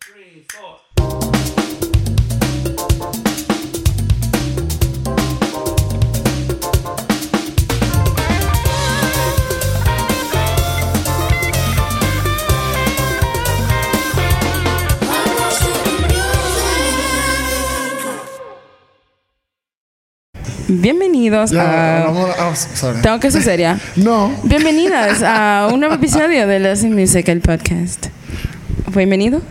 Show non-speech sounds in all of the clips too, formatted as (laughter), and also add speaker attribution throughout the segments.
Speaker 1: three, four.
Speaker 2: Bienvenidos
Speaker 3: Ya,
Speaker 2: a.
Speaker 3: vamos a- ah, sorry.
Speaker 2: Tengo que ser seria.
Speaker 3: No.
Speaker 2: Bienvenidas a un nuevo episodio de Los Musical Podcast. Bienvenido.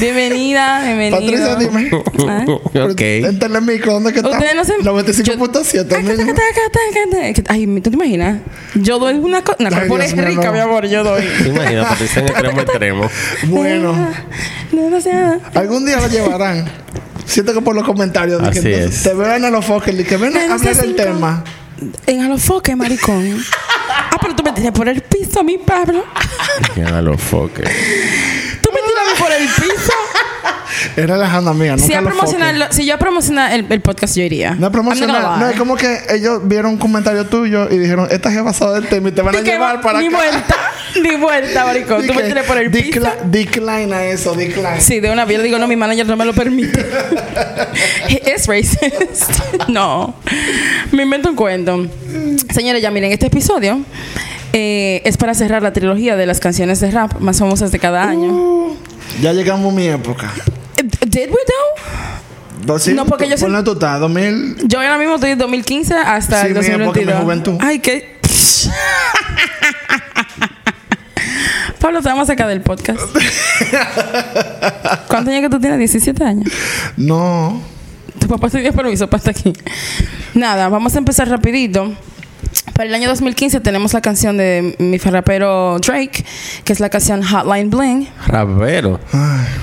Speaker 2: Bienvenida, bienvenido.
Speaker 3: Patricia, dime.
Speaker 2: Ah.
Speaker 4: Ok.
Speaker 3: Entra en el microondas que está.
Speaker 2: Ustedes no se. yo-
Speaker 3: 95.7
Speaker 2: Taca, taca,
Speaker 3: mínimo.
Speaker 2: taca, taca, taca. Que- Ay, ¿tú te imaginas? Yo doy una cosa. Una
Speaker 3: Ay,
Speaker 2: corpora
Speaker 3: Dios mío,
Speaker 2: rica,
Speaker 3: no.
Speaker 2: mi amor, yo doy.
Speaker 4: ¿Te imaginas, Patricia, en extremo extremo?
Speaker 2: (laughs)
Speaker 3: Bueno,
Speaker 2: No, no sé nada.
Speaker 3: algún día lo llevarán. Siento que por los comentarios de que
Speaker 4: Así
Speaker 3: entonces
Speaker 4: es.
Speaker 3: te vean a los focos y que ven a
Speaker 2: Menos de
Speaker 3: hablar del
Speaker 2: cinco.
Speaker 3: tema.
Speaker 2: En Alofoque, maricón. Ah, pero tú me tiras por el piso, mi Pablo.
Speaker 4: Ya lo foque.
Speaker 2: Tú me tiras a mí por el piso.
Speaker 3: Era relajando, amiga. Nunca
Speaker 2: Si, a
Speaker 3: los
Speaker 2: promocionar
Speaker 3: foques.
Speaker 2: lo- si yo a promocionar el, el podcast, yo iría.
Speaker 3: No,
Speaker 2: I'm not
Speaker 3: promocionar.
Speaker 2: gonna
Speaker 3: No,
Speaker 2: lie.
Speaker 3: es como que ellos vieron un comentario tuyo y dijeron: Esta es basada del tema y te van a
Speaker 2: Di que
Speaker 3: llevar
Speaker 2: va-
Speaker 3: para
Speaker 2: ni
Speaker 3: acá.
Speaker 2: vuelta, (laughs) ni vuelta, maricón. Tú me
Speaker 3: Dije,
Speaker 2: tiras por el piso.
Speaker 3: "Decla- Declina eso, declina.
Speaker 2: Sí, de una vez. Yo digo, no, mi manager no me lo permite. (laughs) es racist. (laughs) no. Me invento un cuento. Señores, ya miren, este episodio eh, es para cerrar la trilogía de las canciones de rap más famosas de cada
Speaker 3: Mm.
Speaker 2: año.
Speaker 3: Ya llegamos a mi época.
Speaker 2: Eh, ¿Did we though?
Speaker 3: Entonces,
Speaker 2: No, porque yo
Speaker 3: ¿Por
Speaker 2: sé-
Speaker 3: dónde tú estás? 2000.
Speaker 2: Yo ahora mismo estoy de 2015 hasta
Speaker 3: Sí,
Speaker 2: el
Speaker 3: mi época, mi
Speaker 2: 2022.
Speaker 3: juventud.
Speaker 2: Ay, qué. (laughs) Pablo, te vamos a sacar del podcast. ¿Cuántos años que tú tienes? 17 años.
Speaker 3: No.
Speaker 2: Tu papá te dio permiso para estar aquí. Nada, vamos a empezar rapidito. Para el año 2015 tenemos la canción de mi rapero Drake, que es la canción Hotline Bling.
Speaker 4: Rapero.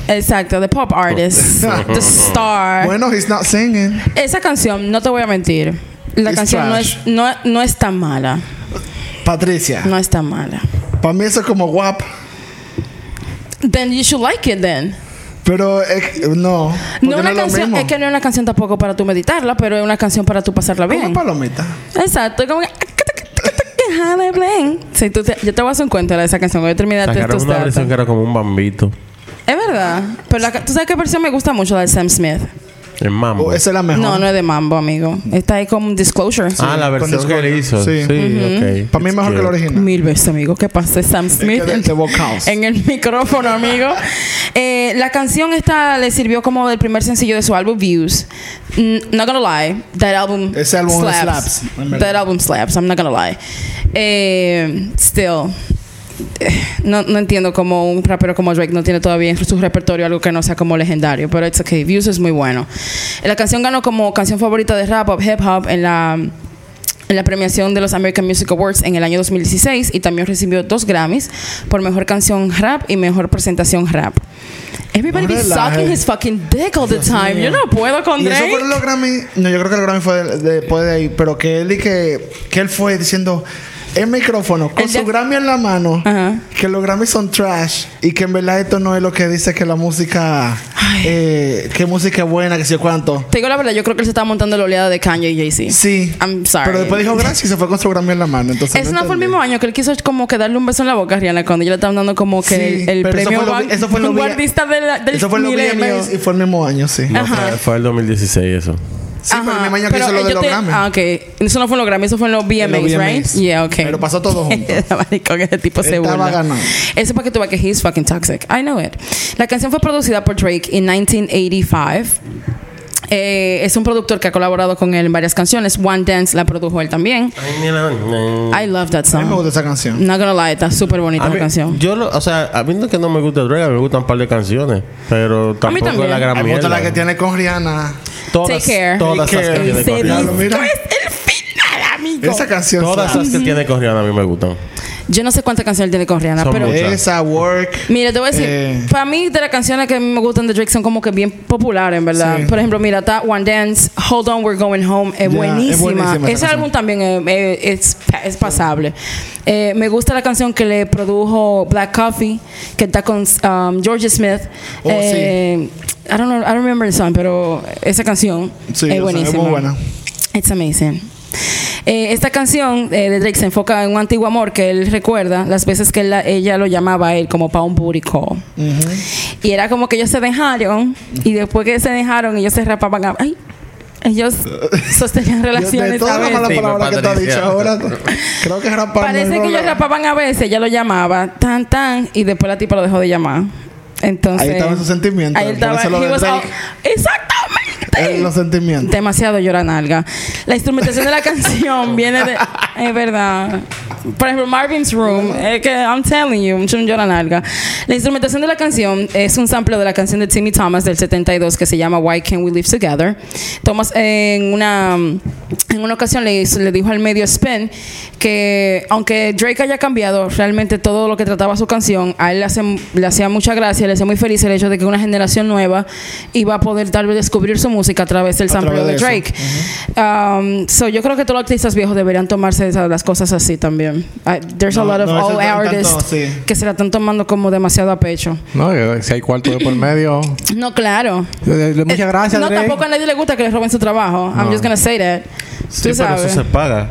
Speaker 2: Exacto, de pop
Speaker 3: (laughs)
Speaker 2: artist, the star.
Speaker 3: Bueno, he's not singing.
Speaker 2: Esa canción, no te voy a mentir, la
Speaker 3: It's
Speaker 2: canción no
Speaker 3: trash.
Speaker 2: es, no, no es tan mala.
Speaker 3: Patricia.
Speaker 2: No es tan mala.
Speaker 3: Para mí eso es como guap.
Speaker 2: Then you should like it then.
Speaker 3: Pero es- no. porque
Speaker 2: No, una
Speaker 3: es lo
Speaker 2: canción,
Speaker 3: mismo.
Speaker 2: es que no es una canción tampoco para tú meditarla, pero es una canción para tú pasarla
Speaker 3: Como
Speaker 2: bien.
Speaker 3: palomita.
Speaker 2: Exacto, como que. ah, Hotline Bling. Sí, tú te- yo te voy a hacer un cuento de esa canción. Voy a terminar de
Speaker 4: Sacaron
Speaker 2: tus
Speaker 4: una
Speaker 2: datos.
Speaker 4: versión que era como un bambito.
Speaker 2: Es verdad. Pero la, ca- tú sabes qué versión me gusta mucho la de Sam Smith.
Speaker 4: El mambo.
Speaker 3: Oh, esa es la mejor.
Speaker 2: No, no es de mambo, amigo. Esta es como un disclosure.
Speaker 4: ah, la
Speaker 3: con
Speaker 4: versión que
Speaker 3: descuento.
Speaker 4: le hizo.
Speaker 3: Sí.
Speaker 4: Sí, ok.
Speaker 3: Para mí es mejor que la original.
Speaker 2: Mil veces, amigo. ¿Qué pasa? Sam Smith
Speaker 3: que de- de vocals.
Speaker 2: en el micrófono, amigo. Eh, la canción esta le sirvió como del primer sencillo de su álbum Views. Mm, not gonna lie, that album
Speaker 3: Ese álbum slaps,
Speaker 2: slaps.
Speaker 3: en verdad.
Speaker 2: That album slaps. I'm not gonna lie. Eh, still. eh, No, no entiendo cómo un rapero como Drake no tiene todavía en su repertorio algo que no sea como legendario, pero it's okay. Views es muy bueno. La canción ganó como canción favorita de rap o hip hop en la en la premiación de los American Music Awards en el año 2016 y también recibió dos Grammys por mejor canción rap y mejor presentación rap. Everybody be
Speaker 3: Relaje.
Speaker 2: sucking his fucking dick all the time. Yo no puedo con
Speaker 3: Y eso
Speaker 2: Drake.
Speaker 3: fueron los Grammy. No, yo creo que los Grammy fue de- de- después de ahí. Pero que él y que, que él fue diciendo el micrófono con
Speaker 2: El
Speaker 3: su
Speaker 2: de-
Speaker 3: Grammy en la mano.
Speaker 2: Ajá.
Speaker 3: Que los Grammy son trash. Y que en verdad esto no es lo que dice que la música. Eh, que música es buena, que sé yo cuánto.
Speaker 2: Te digo la verdad, yo creo que él se está montando la oleada de Kanye y Jay-Z.
Speaker 3: Sí.
Speaker 2: I'm sorry.
Speaker 3: Pero después dijo gracias y se fue con su Grammy en la mano. Entonces
Speaker 2: Eso no fue el
Speaker 3: entendí.
Speaker 2: mismo año que él quiso como que darle un beso en la boca a Rihanna cuando ella le estaban dando como que
Speaker 3: Sí,
Speaker 2: el, el
Speaker 3: pero eso
Speaker 2: premio
Speaker 3: fue lo
Speaker 2: van-
Speaker 3: vi- eso fue lo vi-
Speaker 2: vanguardista de la- del
Speaker 3: Eso fue en los
Speaker 2: milenio.
Speaker 3: VMAs y fue el mismo año, sí.
Speaker 4: No, fue- Fue el 2016 eso.
Speaker 3: Sí, pero el
Speaker 2: Ajá,
Speaker 3: mismo año que
Speaker 2: pero
Speaker 3: hizo lo de
Speaker 2: ellos
Speaker 3: los
Speaker 2: te-
Speaker 3: Grammy.
Speaker 2: Ah, ok. Eso no fue en los Grammy, eso fue en los
Speaker 3: En
Speaker 2: BMAs,
Speaker 3: los
Speaker 2: right?
Speaker 3: VMAs.
Speaker 2: Yeah, ok.
Speaker 3: Pero pasó
Speaker 2: (laughs)
Speaker 3: todo junto.
Speaker 2: Maricón, ese tipo se
Speaker 3: Estaba
Speaker 2: burla.
Speaker 3: ganando.
Speaker 2: Eso para que tú veas que he's fucking toxic. I know it. La canción fue producida por Drake en 1985. Eh, es un productor que ha colaborado con él en varias canciones. One Dance la produjo él también. I love that
Speaker 3: A mí me
Speaker 2: song.
Speaker 3: gusta esa canción.
Speaker 2: Not gonna lie, está súper bonita
Speaker 4: A
Speaker 2: la
Speaker 4: mí-
Speaker 2: canción.
Speaker 4: Yo lo, o sea, a mí no es que no me gusta Drake, a mí me gustan un par de canciones, pero tampoco es
Speaker 2: también.
Speaker 4: la
Speaker 2: A
Speaker 3: A
Speaker 4: gran
Speaker 3: mí me gusta
Speaker 4: mierda.
Speaker 3: la que tiene con Rihanna.
Speaker 4: Todas,
Speaker 2: Take Care.
Speaker 4: todas
Speaker 3: Take
Speaker 4: las
Speaker 3: Care.
Speaker 4: que tiene con
Speaker 2: Se
Speaker 4: Rihanna.
Speaker 3: Claro, mira.
Speaker 2: Esto es el final, amigo.
Speaker 3: Esa canción.
Speaker 4: Todas
Speaker 3: ¿sabes?
Speaker 4: las que tiene con Rihanna a mí me gustan.
Speaker 2: Yo no sé cuántas canciones él tiene con Rihanna,
Speaker 4: Son
Speaker 2: pero
Speaker 4: muchas.
Speaker 3: Esa, Work.
Speaker 2: Mira, te voy a decir,
Speaker 3: Eh.
Speaker 2: para mí de las canciones que a mí me gustan de Drake son como que bien populares, en verdad.
Speaker 3: Sí.
Speaker 2: Por ejemplo, mira, está One Dance, Hold On, We're Going Home, es
Speaker 3: Ya,
Speaker 2: buenísima.
Speaker 3: es buenísima esa
Speaker 2: Ese
Speaker 3: canción.
Speaker 2: álbum también eh, eh, es, pa- es pasable. Eh, me gusta la canción que le produjo Black Coffee, que está con um, George Smith.
Speaker 3: Oh,
Speaker 2: Eh, I don't know, I don't remember the song, pero esa canción
Speaker 3: Sí,
Speaker 2: es
Speaker 3: o sea, es
Speaker 2: buenísima.
Speaker 3: muy buena.
Speaker 2: It's amazing. Eh, esta canción eh, de Drake se enfoca en un antiguo amor que él recuerda las veces que él la- ella lo llamaba a él como para un booty call. Y era como que ellos se dejaron y después que se dejaron ellos se rapaban. a- Ay,
Speaker 3: (laughs)
Speaker 2: ellos sostenían
Speaker 3: De
Speaker 2: relaciones. a
Speaker 3: todas las
Speaker 2: veces.
Speaker 3: malas
Speaker 1: Sí,
Speaker 3: palabras que te ha
Speaker 1: Patricia.
Speaker 3: dicho ahora, creo que rapar no es
Speaker 2: Parece que ellos
Speaker 3: problema.
Speaker 2: rapaban a veces, ella lo llamaba, tan, tan, y después la tipa lo dejó de llamar. Entonces.
Speaker 3: Ahí estaban sus sentimientos,
Speaker 2: Ahí
Speaker 3: por
Speaker 2: estaba.
Speaker 3: eso lo
Speaker 2: he
Speaker 3: de
Speaker 2: was
Speaker 3: Drake.
Speaker 2: out. Exactamente.
Speaker 3: Eh, Los sentimientos.
Speaker 2: Demasiado llora nalga. La instrumentación de la (laughs) canción viene de. Es verdad. Por ejemplo, Marvin's Room. Es que I'm telling you, mucho un llora nalga. La instrumentación de la canción es un sample de la canción de Timmy Thomas del 72 que se llama Why Can't We Live Together. Thomas eh, en una, en una ocasión le, hizo- le dijo al medio Spin que aunque Drake haya cambiado realmente todo lo que trataba su canción, a él le, hace- le hacía mucha gracia, le hacía muy feliz el hecho de que una generación nueva iba a poder tal vez descubrir su música a través del sample
Speaker 3: través
Speaker 2: de
Speaker 3: de eso.
Speaker 2: Drake. Um, so yo creo que todos los artistas viejos deberían tomarse esas- las cosas así también. I- there's a
Speaker 3: No,
Speaker 2: lot of
Speaker 3: no, eso
Speaker 2: old
Speaker 3: es tanto,
Speaker 2: artists
Speaker 3: sí.
Speaker 2: que se la están tomando como demasiado a pecho.
Speaker 1: No, que si hay cuarto de por medio.
Speaker 2: No, claro.
Speaker 1: Eh, eh,
Speaker 2: Eh,
Speaker 1: Muchas gracias,
Speaker 2: No,
Speaker 1: Drake.
Speaker 2: tampoco a nadie le gusta que le roben su trabajo. I'm
Speaker 1: No.
Speaker 2: just gonna say that. Tú
Speaker 4: Sí, pero eso
Speaker 2: sabes.
Speaker 4: se paga.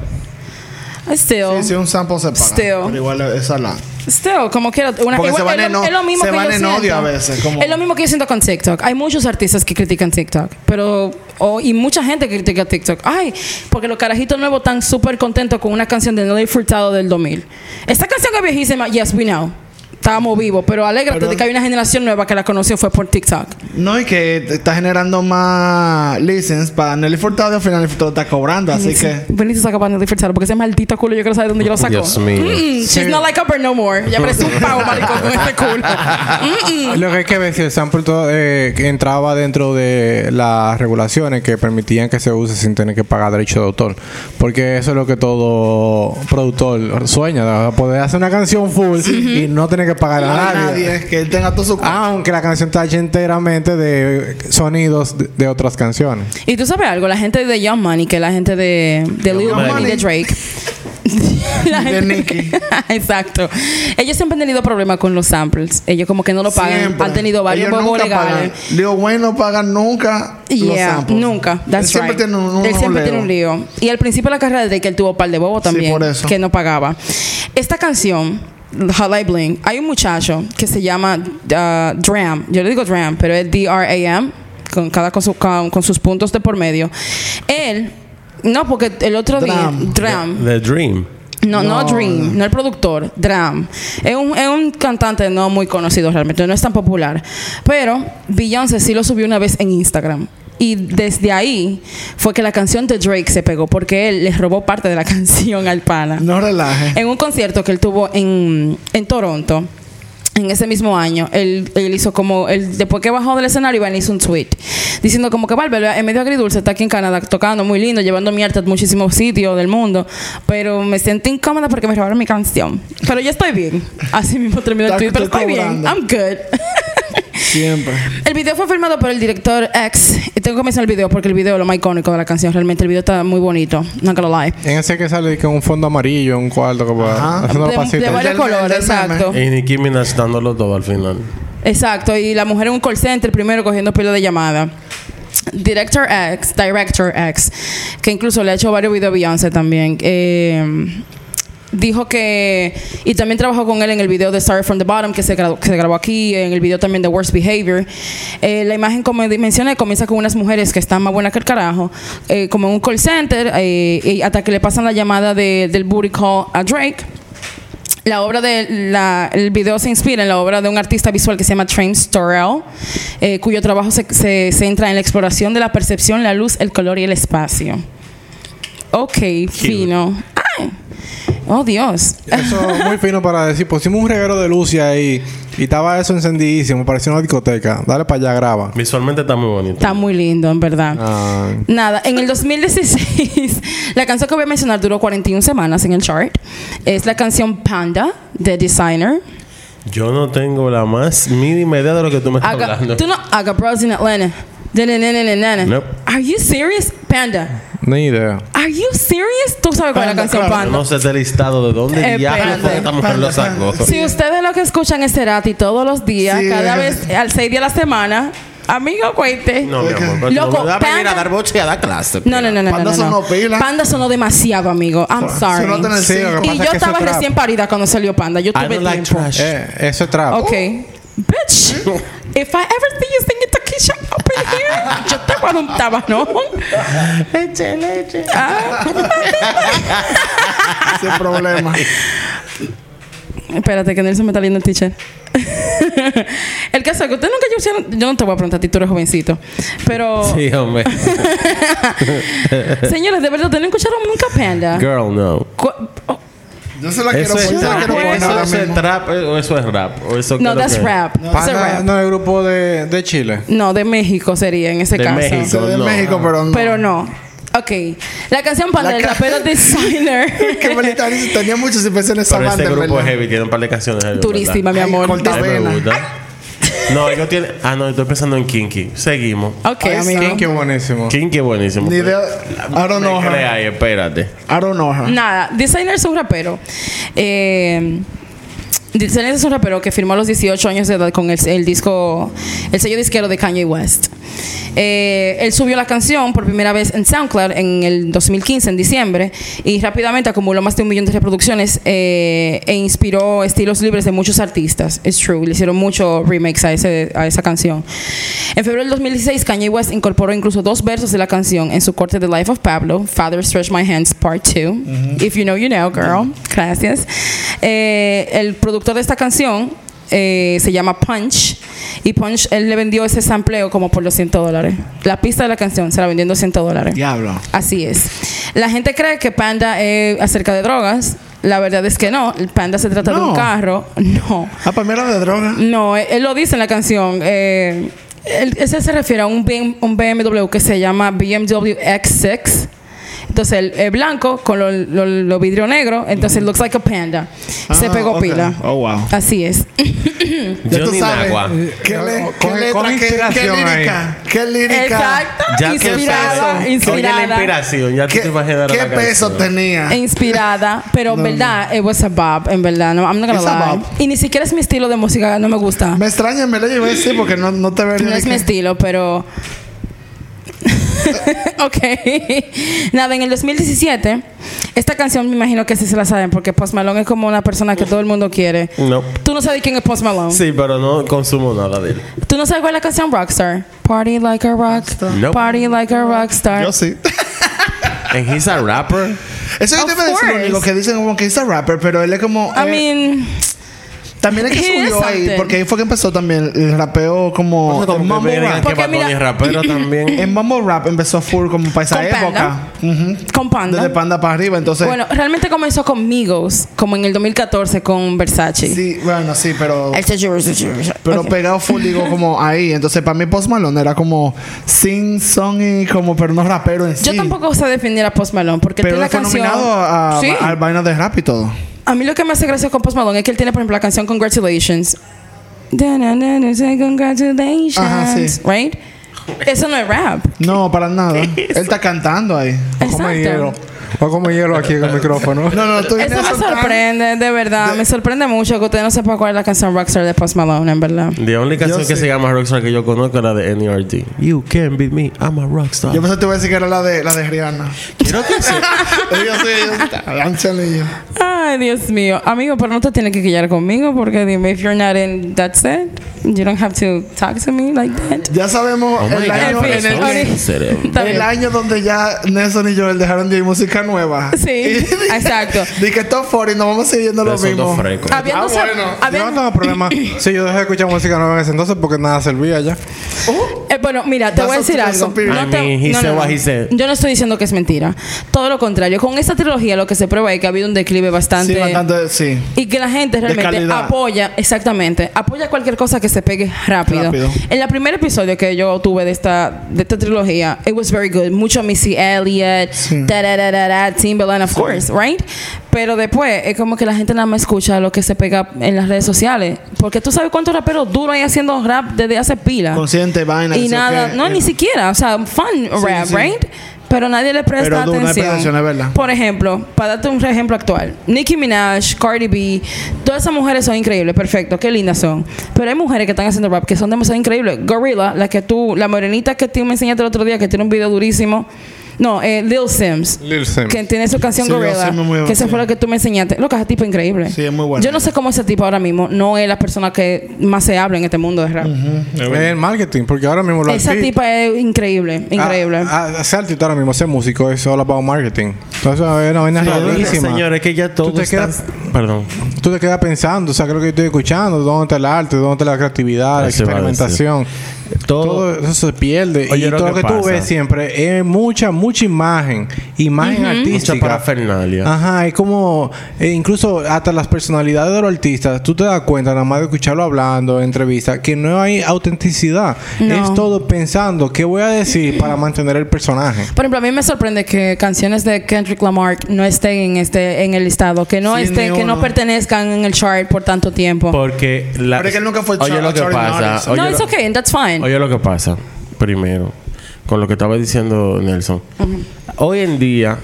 Speaker 2: Still,
Speaker 3: Sí, sí, un sample se paga.
Speaker 2: Still.
Speaker 3: Pero igual es a la.
Speaker 2: still, como quiera. Una,
Speaker 3: Porque se van
Speaker 2: es, lo,
Speaker 3: en-
Speaker 2: es lo mismo
Speaker 3: se
Speaker 2: que
Speaker 3: van
Speaker 2: yo
Speaker 3: en
Speaker 2: siento.
Speaker 3: odio a veces, como-
Speaker 2: Es lo mismo que yo siento con TikTok. Hay muchos artistas que critican TikTok, pero o- y mucha gente que critica TikTok. Ay, porque los carajitos nuevos están súper contentos con una canción de Nelly Furtado del 2000. Esta canción es viejísima. Yes, we know. Estábamos vivos, pero alégrate
Speaker 3: Pero-
Speaker 2: de que hay una generación nueva que la conoció fue por TikTok.
Speaker 3: No, y que te está generando más license para Nelly Furtado y al final Nelly Furtado está cobrando, así que.
Speaker 2: Benito saca para Nelly Furtado porque ese maldito culo yo quiero saber dónde yo lo saco.
Speaker 4: Dios mío.
Speaker 2: Mm-mm, she's not like her no more. Ya parece un pavo maricón con este
Speaker 3: (laughs)
Speaker 2: culo. Mm-mm.
Speaker 1: Lo que hay que ver si el sample todo, eh, que entraba dentro de las regulaciones que permitían que se use sin tener que pagar derecho de autor. Porque eso es lo que todo productor sueña, ¿no? poder hacer una canción full y no tener que pagar a
Speaker 3: A
Speaker 1: nadie.
Speaker 3: nadie, Ah, que él tenga todo su.
Speaker 1: Aunque la canción está hecha enteramente de sonidos de, de otras canciones.
Speaker 2: Y tú sabes algo, la gente de Young Money, que la gente de, de Lil
Speaker 4: Money.
Speaker 2: Money, de
Speaker 3: (laughs)
Speaker 2: Drake. La
Speaker 3: De
Speaker 2: gente-
Speaker 3: Nicki.
Speaker 2: (laughs) Exacto. Ellos siempre han tenido problemas con los samples. Ellos como que no lo pagan.
Speaker 3: Siempre.
Speaker 2: Han tenido varios
Speaker 3: Ellos
Speaker 2: huevos
Speaker 3: nunca
Speaker 2: legales.
Speaker 3: pagan. Lil Wayne no paga nunca los
Speaker 2: Yeah,
Speaker 3: samples.
Speaker 2: nunca.
Speaker 3: Él
Speaker 2: That's
Speaker 3: siempre
Speaker 2: right.
Speaker 3: tiene un, un
Speaker 2: él siempre
Speaker 3: roleo.
Speaker 2: tiene un lío. Y al principio de la carrera de Drake, él tuvo un par de bobos también
Speaker 3: por eso.
Speaker 2: que no pagaba. Esta canción, Hot I Bling, hay un muchacho que se llama uh, Dram. Yo le digo Dram, pero es D-R-A-M, con, cada, con, su- con- con sus puntos de por medio. Él, no, porque el otro día,
Speaker 3: Dram.
Speaker 2: Dram.
Speaker 4: The Dream.
Speaker 2: No, no,
Speaker 3: No.
Speaker 2: Dream, no el productor, Dram. Es un, es un cantante no muy conocido realmente, no es tan popular. Pero Beyoncé sí lo subió una vez en Instagram. Y desde ahí fue que la canción de Drake se pegó, porque él les robó parte de la (laughs) canción al pana
Speaker 3: No relaje.
Speaker 2: en un concierto que él tuvo en, en Toronto. En ese mismo año, él, él hizo como, él, después que bajó del escenario, Iván hizo un tweet diciendo como que Valverde en medio agridulce está aquí en Canadá tocando muy lindo, llevando mi arte a muchísimos sitios del mundo, pero me siento incómoda porque me robaron mi canción. Pero yo estoy bien. Así mismo terminó el
Speaker 3: Está-
Speaker 2: tweet, pero
Speaker 3: estoy
Speaker 2: estoy bien.
Speaker 3: cobrando.
Speaker 2: I'm good. (laughs)
Speaker 3: Siempre.
Speaker 2: El video fue filmado por el director X. Y tengo que mencionar el video porque el video es lo más icónico de la canción. Realmente el video está muy bonito. No gonna lie.
Speaker 1: En ese que sale con un fondo amarillo, un cuarto, como
Speaker 3: Ajá.
Speaker 1: haciendo los
Speaker 2: De, de
Speaker 1: pasitos.
Speaker 2: varios
Speaker 3: El del- el
Speaker 2: colores,
Speaker 3: del meme.
Speaker 2: exacto.
Speaker 4: Y Nicki Minaj dándolo todo al final.
Speaker 2: Exacto, y la mujer en un call center primero cogiendo pelo de llamada. Director X, Director X, que incluso le ha hecho varios videos a Beyoncé también. eh, dijo que. Y también trabajó con él en el video de Start from the Bottom, que se, gra- que se grabó aquí, en el video también de Worst Behavior. Eh, la imagen, como di- mencioné, comienza con unas mujeres que están más buenas que el carajo, eh, como en un call center, eh, y hasta que le pasan la llamada de- del booty call a Drake. La obra de la, el video se inspira en la obra de un artista visual que se llama Train Storell, eh, cuyo trabajo se, se centra en la exploración de la percepción, la luz, el color y el espacio. Ok, fino. Ay, oh Dios.
Speaker 1: Eso es muy fino para decir, pusimos un reguero de luces ahí y estaba eso encendidísimo, parecía una discoteca. Dale para allá, graba.
Speaker 4: Visualmente está muy bonito.
Speaker 2: Está muy lindo, en verdad.
Speaker 1: Ah,
Speaker 2: Nada, en el 2016, (laughs) la canción que voy a mencionar duró 41 semanas en el chart. Es la canción Panda de Designer.
Speaker 4: Yo no tengo la más mínima idea de lo que tú me estás
Speaker 2: I got-
Speaker 4: hablando.
Speaker 2: tú no, I got bros in Atlanta. Da-na-na-na-na-na.
Speaker 4: Nope.
Speaker 2: Are you serious? Panda.
Speaker 1: ni idea.
Speaker 2: Are you serious? Tú sabes cuál es la
Speaker 3: Panda,
Speaker 2: canción
Speaker 3: claro,
Speaker 4: Yo
Speaker 2: Panda.
Speaker 4: no sé este listado de dónde
Speaker 2: Eh,
Speaker 4: diablos fue que esta mujer lo sacó.
Speaker 2: Si ustedes lo que escuchan es Cerati todos los días,
Speaker 3: Sí.
Speaker 2: cada vez, al seis días a la semana, Amigo, cuente.
Speaker 4: No, mi amor. pero
Speaker 2: Loco,
Speaker 4: no me da para ir
Speaker 2: Panda-
Speaker 5: a dar boche y a dar clase.
Speaker 2: No, no, no, no.
Speaker 3: Panda
Speaker 2: no, no.
Speaker 3: sonó pila.
Speaker 2: Panda sonó demasiado, amigo. I'm sorry.
Speaker 3: Sonó tan el
Speaker 1: Sí, lo
Speaker 3: cinco.
Speaker 1: que
Speaker 2: Y yo
Speaker 1: pasa es que eso
Speaker 2: estaba
Speaker 1: es trap.
Speaker 2: recién parida cuando salió Panda. Yo
Speaker 5: I
Speaker 2: tuve
Speaker 5: don't like
Speaker 2: tiempo.
Speaker 5: trash.
Speaker 1: Eh, eso es trap.
Speaker 2: Ok.
Speaker 3: (laughs)
Speaker 2: Bitch, if I ever see you singing Takisha up in here, yo te voy a dar un
Speaker 1: (laughs)
Speaker 2: tabanón. Ah. Leche, leche.
Speaker 3: Sin problema.
Speaker 4: (laughs)
Speaker 2: Espérate, que Nelson me está viendo el teacher. (laughs) el caso es que ustedes nunca yo hicieron. Yo no te voy a preguntar a ti, tú eres jovencito. Pero,
Speaker 4: (laughs)
Speaker 2: (laughs)
Speaker 4: Sí, hombre.
Speaker 2: señores, de verdad, ¿ustedes no escucharon nunca Panda?
Speaker 4: Girl, no.
Speaker 2: Cu- oh,
Speaker 3: Yo se la quiero
Speaker 4: Eso es,
Speaker 3: poner. se la quiero poner
Speaker 4: eso
Speaker 3: ahora
Speaker 4: es el
Speaker 3: mismo.
Speaker 4: trap eh, o eso es rap. O eso
Speaker 2: no,
Speaker 4: creo
Speaker 2: that's
Speaker 4: que-
Speaker 2: rap. It's a
Speaker 1: Panda
Speaker 2: rap.
Speaker 1: no es el grupo de, de Chile.
Speaker 2: No, de México sería en ese
Speaker 4: De
Speaker 2: caso.
Speaker 4: México.
Speaker 3: Soy de
Speaker 4: No.
Speaker 3: México, pero no.
Speaker 2: Pero no. Ok. La canción Panda,
Speaker 3: La
Speaker 2: el
Speaker 3: ca-
Speaker 2: rapero designer. (laughs)
Speaker 3: Que Melita dice, tenía muchas impresiones esa
Speaker 4: Pero ese
Speaker 3: banda, en
Speaker 4: este grupo es
Speaker 3: ¿verdad?
Speaker 4: heavy, tiene un par de canciones heavy.
Speaker 2: Turísima, mi
Speaker 3: Ay,
Speaker 2: amor.
Speaker 3: corta
Speaker 4: ¿verdad? A mí
Speaker 3: Pena.
Speaker 4: me gusta. No, ellos tienen. Ah, no, estoy pensando en Kinky. Seguimos.
Speaker 2: Ok,
Speaker 3: Ahí está.
Speaker 2: amigo.
Speaker 1: Qué buenísimo.
Speaker 4: Kinky es buenísimo.
Speaker 3: Ni idea. I don't know
Speaker 4: No
Speaker 3: her.
Speaker 4: creáis, espérate.
Speaker 3: I don't know her.
Speaker 2: Nada, Designer es un rapero. Eh, Designer es un rapero que firmó a los 18 años de edad con el, el disco, el sello disquero de Kanye West. Eh, él subió la canción por primera vez en SoundCloud en el 2015, en diciembre, y rápidamente acumuló más de un millón de reproducciones eh, e inspiró estilos libres de muchos artistas. It's true, le hicieron muchos remakes a, ese, a esa canción. En febrero del 2016, Kanye West incorporó incluso dos versos de la canción en su corte de Life of Pablo, Father Stretch My Hands Part 2. If you know, you know, girl. Gracias. Eh, el productor de esta canción eh, se llama Punch. Y Punch, él le vendió ese sampleo como por los 100 dólares. La pista de la canción se la vendió en 200 dólares.
Speaker 3: Diablo.
Speaker 2: Así es. La gente cree que Panda es acerca de drogas. La verdad es que no. El Panda se trata de
Speaker 3: No.
Speaker 2: un carro. (laughs) No.
Speaker 3: Ah, para mí era de droga.
Speaker 2: No, él, él lo dice en la canción. eh, él- ese se refiere a un, BM un BMW que se llama BMW X6. Entonces, él es blanco con los lo, lo vidrio negro. Entonces, looks like a panda. se
Speaker 3: Ah,
Speaker 2: pegó
Speaker 3: ok.
Speaker 2: pila.
Speaker 3: Oh, wow.
Speaker 2: Así es.
Speaker 3: Ya tú
Speaker 4: Johnny
Speaker 3: sabes. Eh,
Speaker 4: Nagua.
Speaker 3: ¿Qué, le,
Speaker 1: Con-
Speaker 3: qué letra?
Speaker 1: con
Speaker 3: qué- qué,
Speaker 1: inspiración ahí.
Speaker 3: lírica? ¿Qué lírica?
Speaker 2: Exacto.
Speaker 4: Ya que
Speaker 2: inspirada.
Speaker 4: ustedes- Oye, la
Speaker 2: Inspirada.
Speaker 4: inspiración, ya tú
Speaker 3: ¿Qué,
Speaker 4: te imaginas
Speaker 3: qué
Speaker 4: la
Speaker 3: peso
Speaker 4: canción.
Speaker 3: tenía?
Speaker 2: Inspirada, pero en verdad, it was a bop, en verdad, no, I'm not gonna
Speaker 3: It's a
Speaker 2: lie.
Speaker 3: bop.
Speaker 2: Y ni siquiera es mi estilo de música, no me gusta.
Speaker 3: Me extraña, me lo llevé así porque no, no te vería.
Speaker 2: No
Speaker 3: ni
Speaker 2: es
Speaker 3: que-
Speaker 2: mi estilo,
Speaker 3: (laughs)
Speaker 2: pero. ok. Nada, en el 2017, esta canción me imagino que sí se la saben, porque Post Malone es como una persona que todo el mundo quiere.
Speaker 4: No.
Speaker 2: Tú no sabes quién es Post Malone.
Speaker 4: Sí, pero no consumo nada de él.
Speaker 2: Tú no sabes cuál es la canción Rockstar. Party like a rockstar.
Speaker 4: Nope.
Speaker 2: Party like a rockstar.
Speaker 3: Yo sí. (laughs)
Speaker 4: And he's a rapper.
Speaker 3: Eso yo
Speaker 2: Of
Speaker 3: te iba a decir lo
Speaker 2: course.
Speaker 3: único que dicen como que es rapper, pero él es como.
Speaker 2: I
Speaker 3: eh,
Speaker 2: mean,
Speaker 3: también es
Speaker 2: (laughs)
Speaker 3: que
Speaker 2: he is
Speaker 3: subió ahí,
Speaker 2: something.
Speaker 3: porque ahí fue que empezó también el rapeo como.
Speaker 4: Como
Speaker 3: el
Speaker 4: que
Speaker 3: mumble
Speaker 4: verga,
Speaker 3: rap.
Speaker 4: que
Speaker 2: Porque
Speaker 4: Bad Bunny
Speaker 2: mira- (coughs)
Speaker 4: es rapero también.
Speaker 3: El mumble rap empezó full como para esa
Speaker 2: Con
Speaker 3: época. Ujú.
Speaker 2: con Panda.
Speaker 3: Desde Panda para arriba, entonces.
Speaker 2: Bueno, realmente comenzó con Migos, como en el 2014 con Versace.
Speaker 3: Sí, bueno, sí, pero.
Speaker 2: El
Speaker 3: Pero
Speaker 2: Ok.
Speaker 3: pegado full, digo, como ahí. Entonces, para mí, Post Malone era como sing, song y como, pero no rapero en sí.
Speaker 2: Yo tampoco sé definir a Post Malone porque
Speaker 3: Pero
Speaker 2: tiene la
Speaker 3: él fue
Speaker 2: canción.
Speaker 3: nominado a,
Speaker 2: Sí.
Speaker 3: al vaina de rap y todo.
Speaker 2: A mí lo que me hace gracia con Post Malone es que él tiene, por ejemplo, la canción Congratulations. Da, na, na, na, say Congratulations.
Speaker 3: Ajá, sí.
Speaker 2: Right? Eso no es rap.
Speaker 3: No, para nada. él está cantando ahí.
Speaker 1: Voy a comer hielo.
Speaker 2: Exacto.
Speaker 1: Voy a comer hielo aquí en el micrófono.
Speaker 3: No, no, tú
Speaker 2: Eso
Speaker 3: vienes
Speaker 2: me
Speaker 3: a soltar.
Speaker 2: sorprende, de verdad. Me sorprende mucho que usted no sepa cuál es la canción Rockstar de Post Malone, en verdad.
Speaker 4: La única canción que se llama Rockstar que yo conozco era de E N.E.R.D. You can beat me, I'm a rockstar.
Speaker 3: Yo pensé que te iba a decir que era la de, la de Rihanna.
Speaker 4: Quiero que
Speaker 3: (laughs)
Speaker 4: se...
Speaker 3: yo sí, yo Lánzale yo.
Speaker 2: Ay, Dios mío. Amigo, pero no te tienes que quillar conmigo porque dime, if you're not in that set, you don't have to talk to me like that.
Speaker 3: Ya sabemos
Speaker 4: Oh my
Speaker 3: el, año,
Speaker 4: God, pero
Speaker 3: en el,
Speaker 4: eso
Speaker 2: Ori-
Speaker 4: es cerebro.
Speaker 2: Está bien.
Speaker 3: el año donde ya Nelson y Joel dejaron de ir música nueva. (laughs)
Speaker 2: Sí, exacto. Ah,
Speaker 3: Dije que top 40 nos vamos siguiendo lo
Speaker 4: Ustedes son
Speaker 3: mismo.
Speaker 4: dos frescos.
Speaker 2: Habiendo sab-
Speaker 3: bueno.
Speaker 1: Yo
Speaker 2: habiendo-
Speaker 1: no
Speaker 2: (coughs)
Speaker 1: tengo problema. Sí, yo dejé de escuchar música nueva en ese entonces porque nada servía ya.
Speaker 2: Eh, bueno, mira, te
Speaker 3: That's
Speaker 2: voy a
Speaker 3: a-
Speaker 2: decir
Speaker 3: that's a
Speaker 2: algo.
Speaker 3: period.
Speaker 2: No
Speaker 4: I
Speaker 2: te-
Speaker 4: mean, he
Speaker 2: no,
Speaker 4: said
Speaker 2: no,
Speaker 4: what
Speaker 2: no.
Speaker 4: he said.
Speaker 2: Yo no estoy diciendo que es mentira. Todo lo contrario. Con esta trilogía lo que se prueba es que ha habido un declive bastante.
Speaker 3: Sí, bastante, sí.
Speaker 2: Y que la gente realmente
Speaker 3: calidad.
Speaker 2: apoya, exactamente, apoya cualquier cosa que se pegue rápido.
Speaker 3: Rápido.
Speaker 2: En el primer episodio que yo tuve de esta, de esta trilogía, it was very good. Mucho Missy Elliott, da, da, da, da, da, Timbaland, of course, right? Pero después es como que la gente nada más escucha lo que se pega en las redes sociales. Porque tú sabes cuántos raperos duros hay haciendo rap desde hace pila.
Speaker 3: Consciente, vaina.
Speaker 2: Ah. Y
Speaker 3: que sé yo
Speaker 2: nada,
Speaker 3: qué.
Speaker 2: no,
Speaker 3: Eh,
Speaker 2: ni siquiera, o sea, fun rap,
Speaker 3: sí.
Speaker 2: right? Pero nadie le presta
Speaker 3: Pero dura, no hay
Speaker 2: atención.
Speaker 3: prestación, es verdad.
Speaker 2: Por ejemplo, para darte un ejemplo actual, Nicki Minaj, Cardi B, todas esas mujeres son increíbles, perfecto, qué lindas son. Pero hay mujeres que están haciendo rap que son demasiado increíbles. Gorilla, la que tú, la morenita que tú me enseñaste el otro día, que tiene un video durísimo. No, eh, Lil Sims.
Speaker 1: Lil Sims.
Speaker 2: Que tiene su canción
Speaker 3: Sí, Lil
Speaker 2: Gorilla.
Speaker 3: Sims es muy
Speaker 2: que esa
Speaker 3: buena.
Speaker 2: fue la que tú me enseñaste. Loca, ese tipo es increíble.
Speaker 3: Sí, es muy buena.
Speaker 2: Yo no sé cómo ese tipo ahora mismo no es la persona que más se habla en este mundo de rap.
Speaker 1: Es el marketing, porque ahora mismo los
Speaker 2: Esa
Speaker 1: artistas-
Speaker 2: tipa es increíble, increíble.
Speaker 1: Ah, ah, Ser artista ahora mismo, ser músico, es all about marketing. Entonces, es una vaina rarísima.
Speaker 4: Señores, que ya todo
Speaker 1: te
Speaker 4: está-
Speaker 1: quedas-
Speaker 4: Perdón.
Speaker 1: Tú te quedas pensando, o sea, creo que estoy escuchando, dónde está el arte, dónde está la creatividad, la
Speaker 4: Eso iba a
Speaker 1: experimentación.
Speaker 4: Todo-
Speaker 1: Todo, eso se pierde.
Speaker 4: Oye,
Speaker 1: y
Speaker 4: lo
Speaker 1: todo lo
Speaker 4: que
Speaker 1: que, tú
Speaker 4: pasa-
Speaker 1: ves siempre es mucha, mucha imagen. Imagen
Speaker 4: Mucha
Speaker 1: artística.
Speaker 3: Ah.
Speaker 4: parafernalia.
Speaker 1: Ajá, es como, eh, incluso hasta las personalidades de los artistas, tú te das cuenta, nada más de escucharlo hablando, en entrevistas, que no hay autenticidad.
Speaker 2: No.
Speaker 1: Es todo pensando, ¿qué voy a decir para mantener el personaje?
Speaker 2: Por ejemplo, a mí me sorprende que canciones de Kendrick Lamar no estén en este en el listado, que no
Speaker 3: Sí,
Speaker 2: estén,
Speaker 3: ni
Speaker 2: que no
Speaker 3: uno.
Speaker 2: pertenezcan en el chart por tanto tiempo.
Speaker 4: Porque la.
Speaker 3: Pero es que él nunca fue
Speaker 4: Oye,
Speaker 3: Char-
Speaker 4: lo que
Speaker 3: Charlie
Speaker 4: pasa.
Speaker 3: Morrison.
Speaker 4: Oye,
Speaker 2: no,
Speaker 4: lo-
Speaker 2: it's okay, that's fine.
Speaker 4: Oye lo que pasa, primero, con lo que estaba diciendo Nelson. Hoy en día,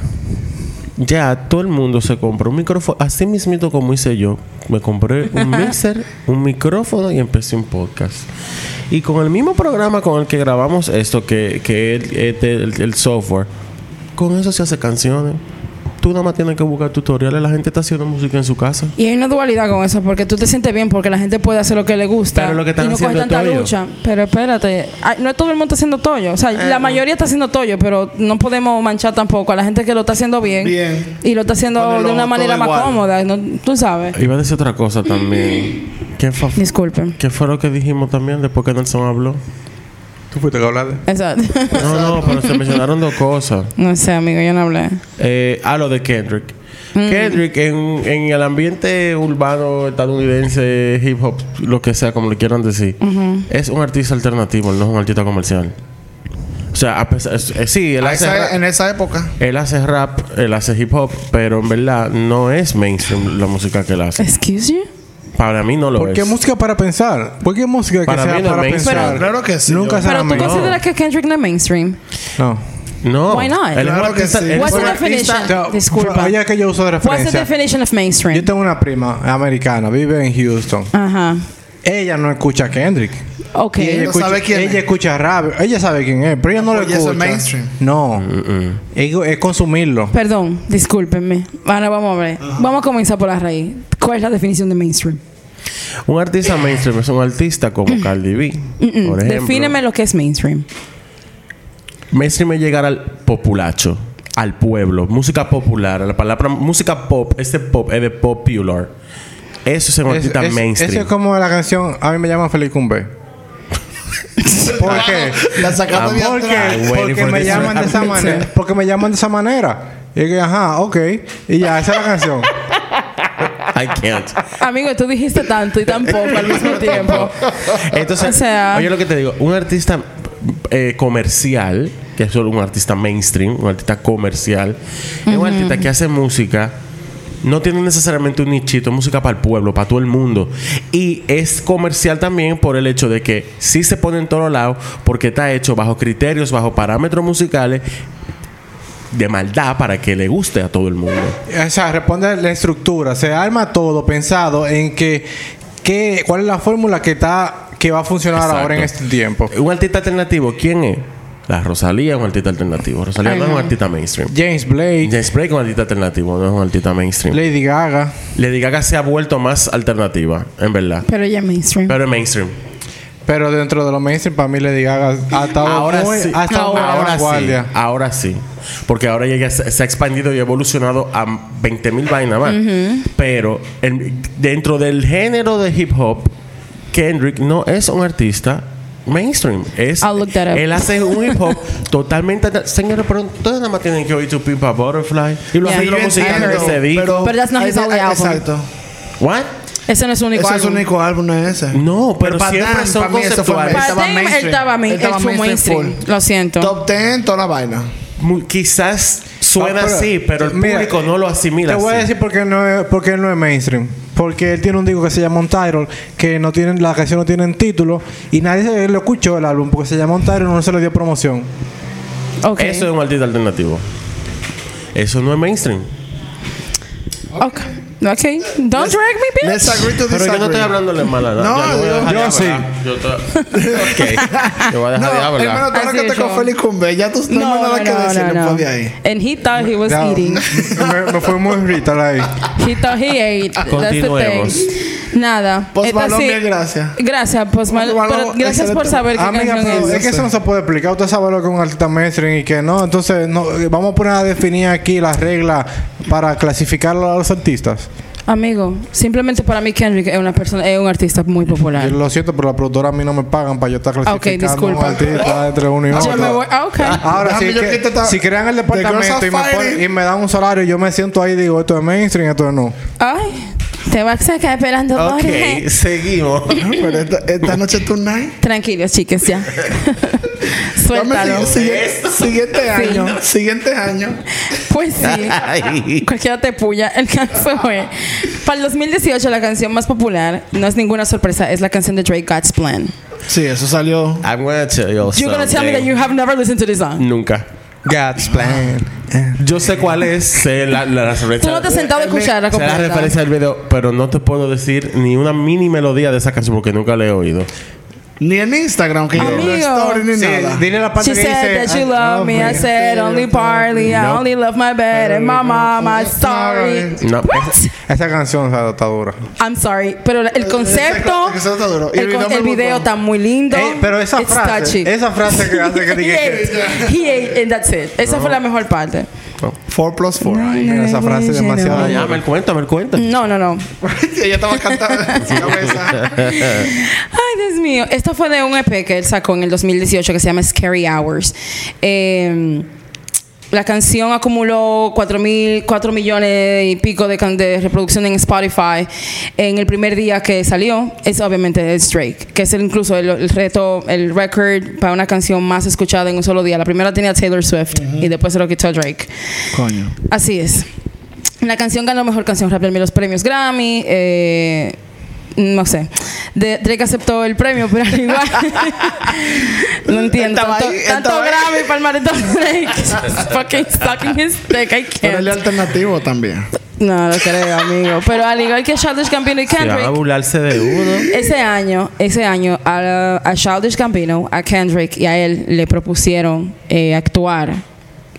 Speaker 4: ya todo el mundo se compra un micrófono. Así mismito como hice yo, me compré un mixer, un micrófono y empecé un podcast. Y con el mismo programa con el que grabamos esto, que, que es este- el, el software, con eso se hace canciones. Tú nada más tienes que buscar tutoriales. La gente está haciendo música en su casa.
Speaker 2: y hay una dualidad con eso, porque tú te sientes bien porque la gente puede hacer lo que le gusta
Speaker 4: Pero lo
Speaker 2: y
Speaker 4: que están
Speaker 2: no coge
Speaker 4: haciendo es
Speaker 2: tanta
Speaker 4: toyo.
Speaker 2: lucha. Pero espérate, ay, no todo el mundo está haciendo toyo, o sea, la mayoría está haciendo toyo, pero no podemos manchar tampoco a la gente que lo está haciendo bien,
Speaker 3: Bien.
Speaker 2: y lo está haciendo
Speaker 3: Ponerlo
Speaker 2: de una
Speaker 3: todo
Speaker 2: manera más
Speaker 3: igual.
Speaker 2: cómoda, no- tú sabes.
Speaker 4: Iba a decir otra cosa también. ¿Qué fa-
Speaker 2: Disculpen.
Speaker 4: ¿Qué fue lo que dijimos también después que Nelson habló?
Speaker 1: ¿Tú fuiste que hablaste?
Speaker 2: Exacto.
Speaker 4: No, no, pero se mencionaron dos cosas.
Speaker 2: no sé, amigo, yo no hablé.
Speaker 4: Eh, a lo de Kendrick. Kendrick en, en el ambiente urbano estadounidense, hip hop, lo que sea, como le quieran decir, es un artista alternativo, él no es un artista comercial. O sea, a pesar, es- eh, sí, él
Speaker 3: A
Speaker 4: hace,
Speaker 3: esa-
Speaker 4: rap,
Speaker 3: Ah, en esa época.
Speaker 4: él hace rap, él hace hip hop, pero en verdad no es mainstream la música que él hace.
Speaker 2: Excuse you.
Speaker 4: Para mí no lo
Speaker 1: ¿Por
Speaker 4: es.
Speaker 1: qué música para pensar? ¿Por qué música que
Speaker 4: Pues. Para
Speaker 1: sea
Speaker 4: mí no
Speaker 1: para
Speaker 4: me
Speaker 1: pensar?
Speaker 4: interesa.
Speaker 3: Claro que sí,
Speaker 1: Nunca
Speaker 3: yo-
Speaker 1: será
Speaker 2: Pero tú
Speaker 1: mejor.
Speaker 2: consideras que Kendrick no es mainstream.
Speaker 1: No.
Speaker 4: No.
Speaker 2: Why not?
Speaker 4: Él es un
Speaker 3: Claro que
Speaker 4: artista-
Speaker 3: sí.
Speaker 4: él es
Speaker 2: What's the
Speaker 4: un
Speaker 2: definition?
Speaker 4: artista-
Speaker 1: Ya,
Speaker 2: Disculpa.
Speaker 1: fue- Ella que yo uso de
Speaker 2: What's the
Speaker 1: referencia.
Speaker 2: definition of mainstream?
Speaker 1: Yo tengo una prima americana, vive en Houston.
Speaker 2: Ajá.
Speaker 1: Ella no escucha a Kendrick.
Speaker 2: Ok.
Speaker 1: Y ella
Speaker 3: no
Speaker 1: escucha,
Speaker 3: sabe quién
Speaker 1: ella
Speaker 3: es.
Speaker 1: escucha rap. Ella sabe quién es, pero ella no lo
Speaker 3: Oye,
Speaker 1: escucha.
Speaker 3: eso es mainstream.
Speaker 1: No. Es, es consumirlo.
Speaker 2: Perdón, discúlpenme. Ahora vamos a ver. Vamos a comenzar por la raíz. ¿Cuál es la definición de mainstream?
Speaker 4: Un artista mainstream es un artista como Cardi B,
Speaker 2: Mm-mm.
Speaker 4: por ejemplo.
Speaker 2: Defíneme lo que es mainstream.
Speaker 4: Mainstream es llegar al populacho, al pueblo, música popular. La palabra música pop, ese pop es de popular. Eso es un
Speaker 1: Es-
Speaker 4: artista
Speaker 1: es-
Speaker 4: mainstream.
Speaker 1: Eso es como la canción A mí me llaman Feliz
Speaker 3: (laughs)
Speaker 1: Cumbe. ¿Por qué?
Speaker 3: La sacamos de
Speaker 1: ¿Por
Speaker 3: atrás.
Speaker 1: qué?
Speaker 4: I'm waiting
Speaker 1: Porque
Speaker 4: for
Speaker 1: me
Speaker 4: this
Speaker 1: llaman de esa
Speaker 4: answer.
Speaker 1: manera. Porque me llaman de esa manera. Y que, ajá, ok. Y ya, esa es la canción.
Speaker 4: I can't.
Speaker 2: Amigo, tú dijiste tanto y tan poco al mismo tiempo.
Speaker 4: Entonces,
Speaker 2: O sea-
Speaker 4: oye lo que te digo, un artista eh, comercial, que es solo un artista mainstream, un artista comercial, es un artista que hace música, no tiene necesariamente un nichito, es música para el pueblo, para todo el mundo. Y es comercial también por el hecho de que sí se pone en todos lados, porque está hecho bajo criterios, bajo parámetros musicales de maldad para que le guste a todo el mundo.
Speaker 1: O sea, responde a la estructura. Se arma todo pensado en que, que- cuál es la fórmula que está que va a funcionar ahora en
Speaker 4: Exacto.
Speaker 1: este tiempo.
Speaker 4: Un artista alternativo, ¿quién es? La Rosalía es un artista alternativo. Rosalía
Speaker 2: Ay,
Speaker 4: no es un
Speaker 2: no.
Speaker 4: artista mainstream.
Speaker 1: James Blake,
Speaker 4: James Blake es un artista alternativo, no es un artista mainstream. Le,
Speaker 1: Lady Gaga.
Speaker 4: Lady Gaga se ha vuelto más alternativa, en verdad.
Speaker 2: Pero ya es mainstream.
Speaker 4: Pero es mainstream.
Speaker 1: Pero dentro de los mainstream, para mí Lady Gaga ha estado
Speaker 4: Ahora
Speaker 1: muy,
Speaker 4: sí.
Speaker 1: ha estado muy a la
Speaker 4: Ahora,
Speaker 1: vanguardia.
Speaker 4: sí. Ahora sí. Porque ahora ya se, se ha expandido y evolucionado a 20.000 vainas más. Pero en- dentro del género de hip hop, Kendrick no es un artista mainstream. Es,
Speaker 2: I'll look that up.
Speaker 4: Él hace un
Speaker 2: (laughs)
Speaker 4: hip hop totalmente. alter- Señores, pero ustedes nada más tienen que oír tu Pimpa Butterfly y los
Speaker 2: Yeah.
Speaker 4: arreglos
Speaker 2: Even
Speaker 4: musicales
Speaker 2: Andrew,
Speaker 4: que se di.
Speaker 2: But that's not
Speaker 3: hay
Speaker 2: his
Speaker 3: de-
Speaker 2: only
Speaker 3: hay-
Speaker 2: album.
Speaker 3: Exacto.
Speaker 4: ¿What?
Speaker 2: ese no es su único
Speaker 3: Ese es su
Speaker 2: álbum.
Speaker 3: único álbum, no es ese.
Speaker 4: No, pero,
Speaker 3: Para
Speaker 4: siempre
Speaker 3: Dan,
Speaker 4: son
Speaker 3: para mí eso fue
Speaker 4: conceptuales.
Speaker 3: mainstream.
Speaker 2: Para
Speaker 3: Estaba
Speaker 2: Dame, él
Speaker 3: mainstream.
Speaker 2: estaba, main-
Speaker 3: Estaba
Speaker 2: él fue
Speaker 3: mainstream
Speaker 2: mainstream.
Speaker 3: full.
Speaker 2: Lo siento.
Speaker 3: Top 10, toda la vaina.
Speaker 4: Mu- Quizás suena
Speaker 1: Ah, pero-
Speaker 4: así, pero el
Speaker 1: mira,
Speaker 4: público no lo asimila.
Speaker 1: Te voy a
Speaker 4: así.
Speaker 1: decir por qué no es, por qué no es mainstream. Porque él tiene un disco que se llama Untitled, que no tienen, la canción no tiene título, y nadie se- lo escuchó el álbum porque se llama Untitled y no se le dio promoción.
Speaker 2: Ok.
Speaker 4: Eso es un artista alternativo. Eso no es mainstream.
Speaker 2: Ok. Okay. Don't drag me, bitch.
Speaker 3: Let's agree to
Speaker 4: Pero yo no estoy
Speaker 3: disagree.
Speaker 4: hablándole mal a
Speaker 3: No,
Speaker 4: nadie.
Speaker 3: yo-
Speaker 1: yo sí.
Speaker 4: Yo te... Ok. Yo voy a dejar de
Speaker 3: No,
Speaker 4: hablar.
Speaker 3: hermano, todo lo
Speaker 2: Así
Speaker 3: que
Speaker 2: es,
Speaker 3: te con
Speaker 2: yo.
Speaker 3: Félix Cumbe, ya tú no, hay nada que decir después de ahí.
Speaker 2: And he thought he was
Speaker 1: Ya,
Speaker 2: eating.
Speaker 1: Ah, me, me fue muy irritar ahí.
Speaker 2: He thought he ate.
Speaker 4: Continuemos.
Speaker 2: That's the thing. Nada.
Speaker 3: Post
Speaker 2: Esta
Speaker 3: Malone,
Speaker 2: sí-
Speaker 3: mil gracias.
Speaker 2: Gracias, Post Malone,
Speaker 3: Post Malone,
Speaker 2: pero gracias por
Speaker 3: excelente. Ah,
Speaker 2: saber qué
Speaker 1: Amiga,
Speaker 2: canción
Speaker 1: pero
Speaker 2: es.
Speaker 1: Ah, pues, es que eso no se puede explicar. Usted sabe lo que es un artista mainstream y que no. Entonces, no, eh, vamos a poner a definir aquí las reglas para clasificar a los artistas.
Speaker 2: Amigo, simplemente para mí Kendrick es una persona, es un artista muy
Speaker 1: Y
Speaker 2: popular.
Speaker 1: lo siento, pero la productora a mí no me pagan para yo estar
Speaker 2: Ah, ok,
Speaker 1: clasificando a un
Speaker 2: disculpa.
Speaker 1: artista entre uno y
Speaker 2: Yo me
Speaker 1: otro.
Speaker 2: voy, ah, ok.
Speaker 1: Ahora,
Speaker 3: Déjame
Speaker 1: si,
Speaker 3: yo
Speaker 1: que-
Speaker 3: quito esta-
Speaker 1: si crean el
Speaker 3: The Girls
Speaker 1: departamento y me,
Speaker 3: Are
Speaker 1: ponen-
Speaker 3: Fighting.
Speaker 1: y me dan un salario, yo me siento ahí y digo, esto es mainstream, esto es no.
Speaker 2: Ay, te vas a sacar esperando
Speaker 4: Ok,
Speaker 2: Jorge. (laughs)
Speaker 4: seguimos.
Speaker 3: Pero esta, esta noche es tu night.
Speaker 2: Tranquilos, chiques,
Speaker 3: (laughs)
Speaker 2: ya. Suéltalo.
Speaker 3: Dame siguiente, siguiente año. Siguiente año.
Speaker 2: Pues sí.
Speaker 4: Ay.
Speaker 2: Cualquiera te puya. El caso fue. Para el 2018, la canción más popular, no es ninguna sorpresa, es la canción de Drake, God's Plan.
Speaker 3: Sí, eso salió.
Speaker 4: I'm gonna tell you
Speaker 2: You're gonna tell me that
Speaker 4: something.
Speaker 2: you have never listened to this song.
Speaker 4: Nunca. God's plan. Yo sé cuál es. Sé la, la, la referencia.
Speaker 2: Tú no te has
Speaker 1: Eh,
Speaker 2: sentado a escucharla
Speaker 4: Sé la
Speaker 2: completa.
Speaker 4: referencia del video, pero no te puedo decir ni una mini melodía de esa canción porque nunca la he oído.
Speaker 3: Ni en Instagram que yo no
Speaker 2: Amigo.
Speaker 3: story ni
Speaker 1: Sí,
Speaker 3: nada.
Speaker 1: dile la parte
Speaker 2: She
Speaker 1: que
Speaker 2: said
Speaker 1: dice. "Ah, este
Speaker 2: that you
Speaker 1: "I
Speaker 2: love me. I said only partly. I
Speaker 4: No.
Speaker 2: only love my bed and my mom. I'm sorry.
Speaker 4: No.
Speaker 2: What?
Speaker 1: pues, Esa canción o sea, está dura.
Speaker 2: I'm sorry. Pero el concepto,
Speaker 3: el concepto está duro. Y
Speaker 2: el,
Speaker 3: el
Speaker 2: con-
Speaker 3: video me
Speaker 2: el video
Speaker 3: gustó.
Speaker 2: está muy lindo.
Speaker 1: Eh, pero esa
Speaker 2: It's
Speaker 1: frase,
Speaker 2: touching.
Speaker 1: esa frase que
Speaker 2: (laughs)
Speaker 1: hace que
Speaker 2: He
Speaker 1: diga que-
Speaker 2: ate. He ate and that's it. Esa fue la mejor parte.
Speaker 3: 4 plus 4. (laughs)
Speaker 1: Ay, mira, esa frase es demasiado.
Speaker 4: Ah, ya, me cuenta, me cuenta.
Speaker 2: No, no, no.
Speaker 3: Ella estaba cantando ah. en su cabeza.
Speaker 2: Ay, Dios mío. Esto fue de un EP que él sacó en el 2018 que se llama Scary Hours. Eh, la canción acumuló 4, mil, 4 millones y pico de, can- de reproducción en Spotify en el primer día que salió. Es obviamente es Drake, que es el- incluso el, el reto, el record para una canción más escuchada en un solo día. La primera tenía Taylor Swift y después se lo quitó Drake.
Speaker 3: Coño.
Speaker 2: Así es. La canción ganó mejor canción rap de los premios Grammy. eh, no sé. De- Drake aceptó el premio, pero al igual. (laughs) no entiendo.
Speaker 3: Estaba
Speaker 2: Tanto,
Speaker 3: ahí,
Speaker 2: tanto
Speaker 3: estaba ahí.
Speaker 2: Grammy para el maldito Drake.
Speaker 3: (laughs)
Speaker 2: Just fucking sucking his dick. I
Speaker 3: Pero el
Speaker 2: can't.
Speaker 3: alternativo también.
Speaker 2: No, lo creo, amigo. Pero al igual que Childish Gambino y
Speaker 4: Se van a
Speaker 2: Kendrick.
Speaker 4: burlarse de uno.
Speaker 2: Ese año, ese año a, a Childish Gambino, a Kendrick y a él le propusieron eh, actuar